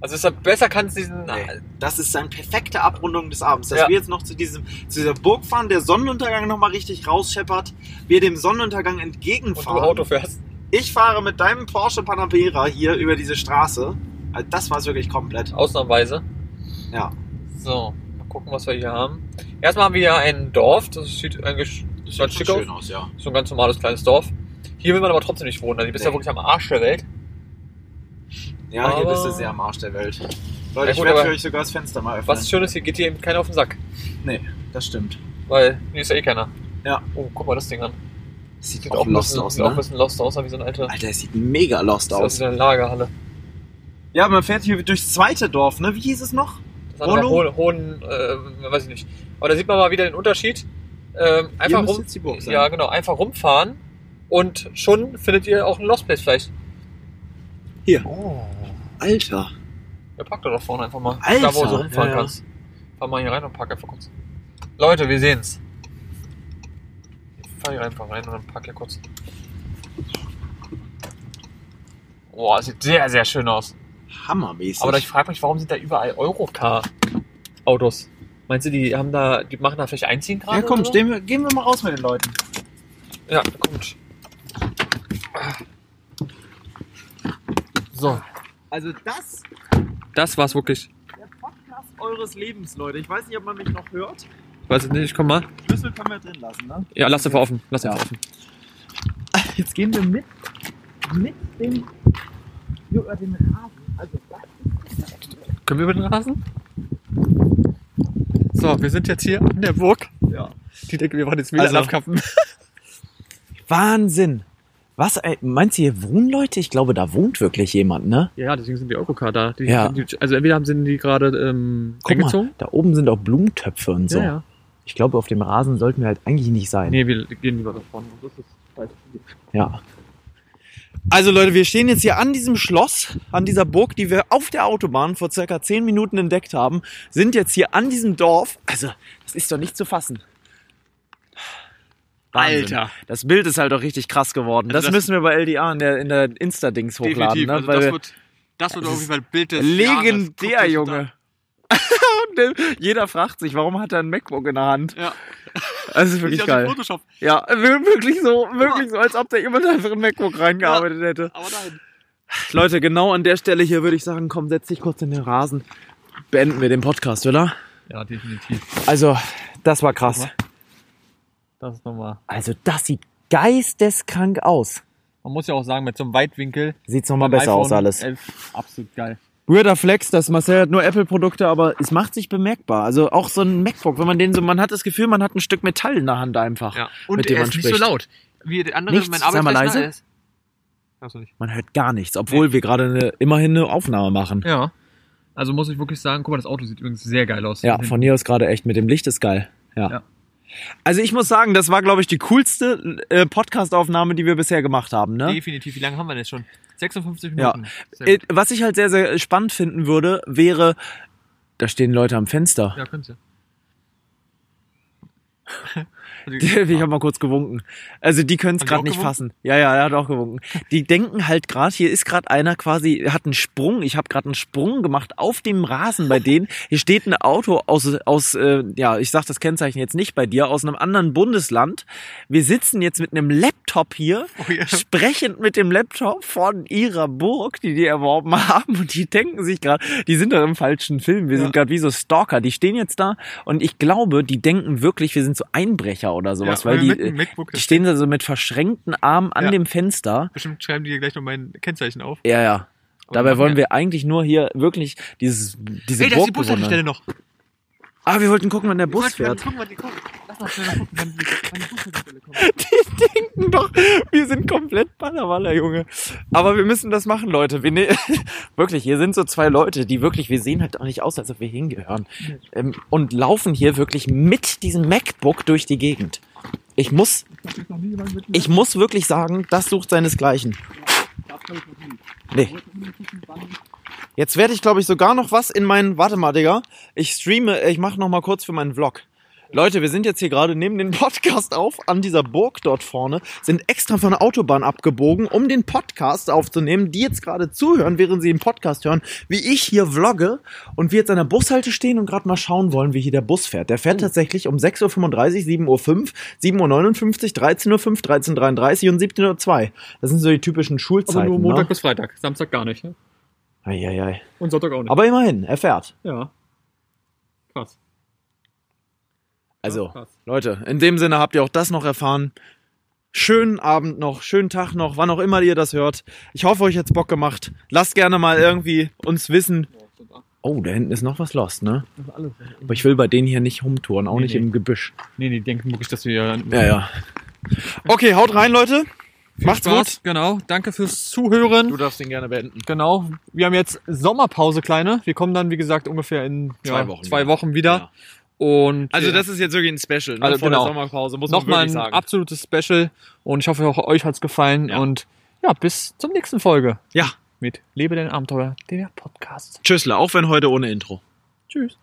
[SPEAKER 2] Also ist ja besser kann es diesen. äh,
[SPEAKER 1] Nee. Das ist eine perfekte Abrundung des Abends. Dass
[SPEAKER 2] Ja.
[SPEAKER 1] wir jetzt noch zu, diesem, zu dieser Burg fahren, der Sonnenuntergang nochmal richtig rausscheppert, wir dem Sonnenuntergang
[SPEAKER 2] Und
[SPEAKER 1] entgegenfahren.
[SPEAKER 2] du Auto fährst.
[SPEAKER 1] Ich fahre mit deinem Porsche Panamera hier über diese Straße. Also das war es wirklich komplett.
[SPEAKER 2] Ausnahmsweise.
[SPEAKER 1] Ja.
[SPEAKER 2] So, mal gucken, was wir hier haben. Erstmal haben wir hier ein Dorf. Das sieht eigentlich ganz schick aus.
[SPEAKER 1] aus, ja.
[SPEAKER 2] So ein ganz normales kleines Dorf. Hier will man aber trotzdem nicht wohnen. Also, du bist ja
[SPEAKER 1] Nee.
[SPEAKER 2] wirklich am Arsch der Welt.
[SPEAKER 1] Ja, hier
[SPEAKER 2] Aber-
[SPEAKER 1] bist du sehr am Arsch der Welt.
[SPEAKER 2] Ja,
[SPEAKER 1] Leute, ich
[SPEAKER 2] gut,
[SPEAKER 1] werde
[SPEAKER 2] aber-
[SPEAKER 1] für euch sogar das Fenster mal öffnen.
[SPEAKER 2] Was schön ist, hier geht dir eben keiner auf den Sack.
[SPEAKER 1] Nee, das stimmt.
[SPEAKER 2] Weil hier ist ja eh keiner.
[SPEAKER 1] Ja.
[SPEAKER 2] Oh, guck mal das Ding an.
[SPEAKER 1] Sieht
[SPEAKER 2] Sieht
[SPEAKER 1] auch
[SPEAKER 2] ein
[SPEAKER 1] lost
[SPEAKER 2] bisschen,
[SPEAKER 1] aus,
[SPEAKER 2] sieht auch ein
[SPEAKER 1] ne?
[SPEAKER 2] bisschen lost aus, wie so ein alter.
[SPEAKER 1] Alter, es sieht mega lost
[SPEAKER 2] Sieht aus
[SPEAKER 1] aus.
[SPEAKER 2] wie so eine Lagerhalle.
[SPEAKER 1] Ja, man fährt hier durchs zweite Dorf, ne? Wie hieß es noch?
[SPEAKER 2] Das andere
[SPEAKER 1] Holo?
[SPEAKER 2] hohen, hohen äh, weiß ich nicht. Aber da sieht man mal wieder den Unterschied. Ähm, einfach
[SPEAKER 1] müsste
[SPEAKER 2] rum,
[SPEAKER 1] jetzt die Burg sein.
[SPEAKER 2] ja genau, einfach rumfahren und schon findet ihr auch einen Lost Place vielleicht.
[SPEAKER 1] Hier.
[SPEAKER 2] Oh.
[SPEAKER 1] Alter.
[SPEAKER 2] Ja, pack doch da vorne einfach mal.
[SPEAKER 1] Alter,
[SPEAKER 2] Da wo du so rumfahren
[SPEAKER 1] ja, ja.
[SPEAKER 2] kannst. Fahr mal hier rein und pack einfach kurz. Leute, wir sehen's. Ich fahr hier einfach rein und dann pack hier kurz. Boah, sieht sehr, sehr schön aus.
[SPEAKER 1] Hammermäßig.
[SPEAKER 2] Aber ich frage mich, warum sind da überall Eurocar-Autos? Meinst du, die haben da, die machen da vielleicht einziehen gerade?
[SPEAKER 1] ja, komm,
[SPEAKER 2] oder so?
[SPEAKER 1] stehen wir, gehen wir mal raus mit den Leuten.
[SPEAKER 2] Ja, kommt. So,
[SPEAKER 1] Also das,
[SPEAKER 2] das war's wirklich.
[SPEAKER 1] der Podcast eures Lebens, Leute. Ich weiß nicht, ob man mich noch hört.
[SPEAKER 2] Ich weiß es nicht, ich komm mal.
[SPEAKER 1] Schlüssel können wir drin lassen, ne?
[SPEAKER 2] Ja, lass einfach offen. Lass
[SPEAKER 1] Ja.
[SPEAKER 2] einfach offen.
[SPEAKER 1] Jetzt gehen wir mit, mit dem, über den Rasen. Also das
[SPEAKER 2] Können wir über den Rasen?
[SPEAKER 3] So, wir sind jetzt hier an der Burg.
[SPEAKER 4] Ja.
[SPEAKER 3] Die denken, wir waren jetzt wieder
[SPEAKER 4] Also-
[SPEAKER 3] also, abkappen.
[SPEAKER 1] Wahnsinn. Was, ey, meinst du, hier wohnen Leute? Ich glaube, da wohnt wirklich jemand, ne?
[SPEAKER 3] Ja, deswegen sind die Eurocar da. Die,
[SPEAKER 1] Ja.
[SPEAKER 3] die, also entweder haben sie die gerade ähm,
[SPEAKER 1] Guck mal,
[SPEAKER 3] eingezogen.
[SPEAKER 1] da oben sind auch Blumentöpfe und so.
[SPEAKER 3] Ja, ja.
[SPEAKER 1] Ich glaube, auf dem Rasen sollten wir halt eigentlich nicht sein.
[SPEAKER 3] Nee, wir gehen lieber da vorne. Das ist
[SPEAKER 2] halt
[SPEAKER 3] weit.
[SPEAKER 1] Ja. Also Leute, wir stehen jetzt hier an diesem Schloss, an dieser Burg, die wir auf der Autobahn vor circa 10 Minuten entdeckt haben, sind jetzt hier an diesem Dorf. Also, das ist doch nicht zu fassen. Wahnsinn.
[SPEAKER 3] Alter.
[SPEAKER 1] Das Bild ist halt auch richtig krass geworden.
[SPEAKER 2] Also
[SPEAKER 1] das,
[SPEAKER 2] das-
[SPEAKER 1] müssen wir bei LDA in der, in der Insta-Dings hochladen.
[SPEAKER 2] Definitiv.
[SPEAKER 1] Ne?
[SPEAKER 2] Also
[SPEAKER 1] Weil
[SPEAKER 2] das
[SPEAKER 1] wir-
[SPEAKER 2] wird, das wird
[SPEAKER 1] Das
[SPEAKER 2] auf
[SPEAKER 1] ist
[SPEAKER 2] jeden Fall Bild des Jahres. Guckt euch
[SPEAKER 1] Legendär,
[SPEAKER 2] das
[SPEAKER 1] Junge. [laughs] Und, äh, Jeder fragt sich, warum hat er ein MacBook in der Hand?
[SPEAKER 2] an. Ja.
[SPEAKER 1] Das ist
[SPEAKER 2] Nicht
[SPEAKER 1] wirklich
[SPEAKER 2] aus dem
[SPEAKER 1] geil.
[SPEAKER 2] Photoshop,
[SPEAKER 1] Ja, wir- wirklich so, wirklich so, als ob da jemand einfach ein MacBook reingearbeitet hätte.
[SPEAKER 2] aber nein.
[SPEAKER 1] Leute, genau an der Stelle hier würde ich sagen, komm, setz dich kurz in den Rasen. Beenden wir den Podcast, oder?
[SPEAKER 2] Ja, definitiv.
[SPEAKER 1] Also, das war krass.
[SPEAKER 2] Das ist nochmal.
[SPEAKER 1] Also, das sieht geisteskrank aus.
[SPEAKER 2] Man muss ja auch sagen, mit so einem Weitwinkel.
[SPEAKER 1] Sieht's nochmal besser aus alles.
[SPEAKER 2] 11, absolut geil.
[SPEAKER 1] äh, Weirder Flex, dass Marcel hat nur Apple-Produkte, aber es macht sich bemerkbar. Also auch so ein MacBook, wenn man den so, man hat das Gefühl, man hat ein Stück Metall in der Hand einfach.
[SPEAKER 2] Ja. Und
[SPEAKER 1] mit dem
[SPEAKER 2] er
[SPEAKER 1] man
[SPEAKER 2] ist nicht so
[SPEAKER 1] spricht.
[SPEAKER 2] laut. Wie der andere,
[SPEAKER 1] Nichts,
[SPEAKER 2] mein
[SPEAKER 1] sei mal
[SPEAKER 2] Arbeitsrechner
[SPEAKER 1] leise.
[SPEAKER 2] ist. Achso, nicht.
[SPEAKER 1] Man hört gar nichts, obwohl wir gerade eine, immerhin eine Aufnahme machen.
[SPEAKER 2] Ja. Also muss ich wirklich sagen, guck mal, das Auto sieht übrigens sehr geil aus.
[SPEAKER 1] Ja, von hier aus gerade echt. Mit dem Licht ist geil. Ja.
[SPEAKER 2] Mhm. Ja.
[SPEAKER 1] Also ich muss sagen, das war, glaube ich, die coolste äh, Podcast-Aufnahme, die wir bisher gemacht haben. Ne?
[SPEAKER 2] Definitiv. Wie lange haben wir denn jetzt schon? 56
[SPEAKER 1] Ja.
[SPEAKER 2] Minuten. Sehr
[SPEAKER 1] Äh,
[SPEAKER 2] gut.
[SPEAKER 1] Was ich halt sehr, sehr spannend finden würde, wäre, da stehen Leute am Fenster. [laughs]
[SPEAKER 2] Ja, könnt ihr.
[SPEAKER 1] Ich habe mal kurz gewunken. Also die können es
[SPEAKER 2] Haben die
[SPEAKER 1] gerade
[SPEAKER 2] auch
[SPEAKER 1] nicht
[SPEAKER 2] gewunken?
[SPEAKER 1] fassen. Ja, ja, er hat auch gewunken. Die denken halt gerade, hier ist gerade einer quasi, hat einen Sprung. Ich habe gerade einen Sprung gemacht auf dem Rasen bei denen. Hier steht ein Auto aus, aus äh, ja, ich sag das Kennzeichen jetzt nicht bei dir, aus einem anderen Bundesland. Wir sitzen jetzt mit einem Laptop hier, sprechend mit dem Laptop von ihrer Burg, die die erworben haben. Und die denken sich gerade, die sind doch im falschen Film. Wir sind gerade wie so Stalker. Die stehen jetzt da und ich glaube, die denken wirklich, wir sind so Einbrecher oder sowas, weil die...
[SPEAKER 2] mit,
[SPEAKER 1] äh,
[SPEAKER 2] dem MacBook,
[SPEAKER 1] die
[SPEAKER 2] das
[SPEAKER 1] stehen da so mit verschränkten Armen an
[SPEAKER 2] Ja.
[SPEAKER 1] dem Fenster.
[SPEAKER 2] bestimmt schreiben die dir gleich noch mein Kennzeichen auf.
[SPEAKER 1] Ja, ja.
[SPEAKER 2] Aber
[SPEAKER 1] Dabei
[SPEAKER 2] machen
[SPEAKER 1] wollen
[SPEAKER 2] wir-
[SPEAKER 1] wir eigentlich nur hier wirklich dieses, diese
[SPEAKER 2] Ey, da ist
[SPEAKER 1] Burg
[SPEAKER 2] die
[SPEAKER 1] bewundern.
[SPEAKER 2] Bushaltestelle noch.
[SPEAKER 1] Ah, wir wollten gucken, wann der Bus
[SPEAKER 2] Warte, warte,
[SPEAKER 1] fährt.
[SPEAKER 2] Guck mal, die guck. Lass mal schnell gucken, wann die, wann die Bushaltestelle kommt.
[SPEAKER 1] Die denken [laughs] doch, wir sind komplett Ballerwaller, Junge. Aber wir müssen das machen, Leute. Wir ne [laughs] wirklich, hier sind so zwei Leute, die wirklich, wir sehen halt auch nicht aus, als ob wir hingehören. Ähm, und laufen hier wirklich mit diesem MacBook durch die Gegend. Ich muss, ich muss wirklich sagen, das sucht seinesgleichen. Nee. Jetzt werde ich, glaube ich, sogar noch was in meinen. Warte mal, Digga. Ich streame, äh, ich mache noch mal kurz für meinen Vlog. Leute, wir sind jetzt hier gerade neben den [laughs] Podcast auf, an dieser Burg dort vorne, sind extra von der Autobahn abgebogen, um den Podcast aufzunehmen, die jetzt gerade zuhören, während sie den Podcast hören, wie ich hier vlogge und wir jetzt an der Bushalte stehen und gerade mal schauen wollen, wie hier der Bus fährt. Der
[SPEAKER 3] Oh.
[SPEAKER 1] fährt tatsächlich um 6.35 Uhr, 7.05 Uhr, 7.59 Uhr, 13.05 13.33 Uhr und 17.02 Uhr. Das sind so die typischen Schulzeiten.
[SPEAKER 3] Aber nur Montag
[SPEAKER 1] ne?
[SPEAKER 3] bis Freitag. Samstag gar nicht. Ne?
[SPEAKER 1] Eieiei.
[SPEAKER 3] Und Sonntag auch nicht.
[SPEAKER 1] Aber immerhin, er fährt.
[SPEAKER 3] ja. Krass.
[SPEAKER 1] Also,
[SPEAKER 3] krass.
[SPEAKER 1] Leute, in dem Sinne habt ihr auch das noch erfahren. Schönen Abend noch, schönen Tag noch, wann auch immer ihr das hört. Ich hoffe, euch hat's Bock gemacht. Lasst gerne mal irgendwie uns wissen. Oh, da hinten ist noch was lost, ne?
[SPEAKER 3] Das ist alles.
[SPEAKER 1] Aber ich will bei denen hier nicht rumtouren, auch
[SPEAKER 2] Nee,
[SPEAKER 1] nicht
[SPEAKER 2] nee.
[SPEAKER 1] im Gebüsch.
[SPEAKER 2] Nee, nee, die denken wirklich, dass wir.
[SPEAKER 1] Ja, ja. [laughs] Okay, haut rein, Leute. Macht's gut.
[SPEAKER 2] Genau. Danke fürs Zuhören.
[SPEAKER 1] darfst ihn gerne beenden.
[SPEAKER 2] Genau. Wir haben jetzt Sommerpause, kleine. Wir kommen dann, wie gesagt, ungefähr in
[SPEAKER 1] Zwei
[SPEAKER 2] ja,
[SPEAKER 1] Wochen
[SPEAKER 2] zwei
[SPEAKER 1] wieder.
[SPEAKER 2] Wochen wieder. Und
[SPEAKER 1] Also,
[SPEAKER 2] ja,
[SPEAKER 1] das ist jetzt wirklich ein Special, ne?
[SPEAKER 2] Also,
[SPEAKER 1] Vor
[SPEAKER 2] genau.
[SPEAKER 1] der Sommerpause, muss man
[SPEAKER 2] nochmal ein
[SPEAKER 1] wirklich sagen.
[SPEAKER 2] absolutes Special. Und ich hoffe, auch euch hat's gefallen.
[SPEAKER 1] Ja.
[SPEAKER 2] Und ja, bis zum nächsten Folge
[SPEAKER 1] Ja,
[SPEAKER 2] mit Lebe dein Abenteuer, der Podcast.
[SPEAKER 1] tschüssle, auch wenn heute ohne Intro.
[SPEAKER 2] Tschüss.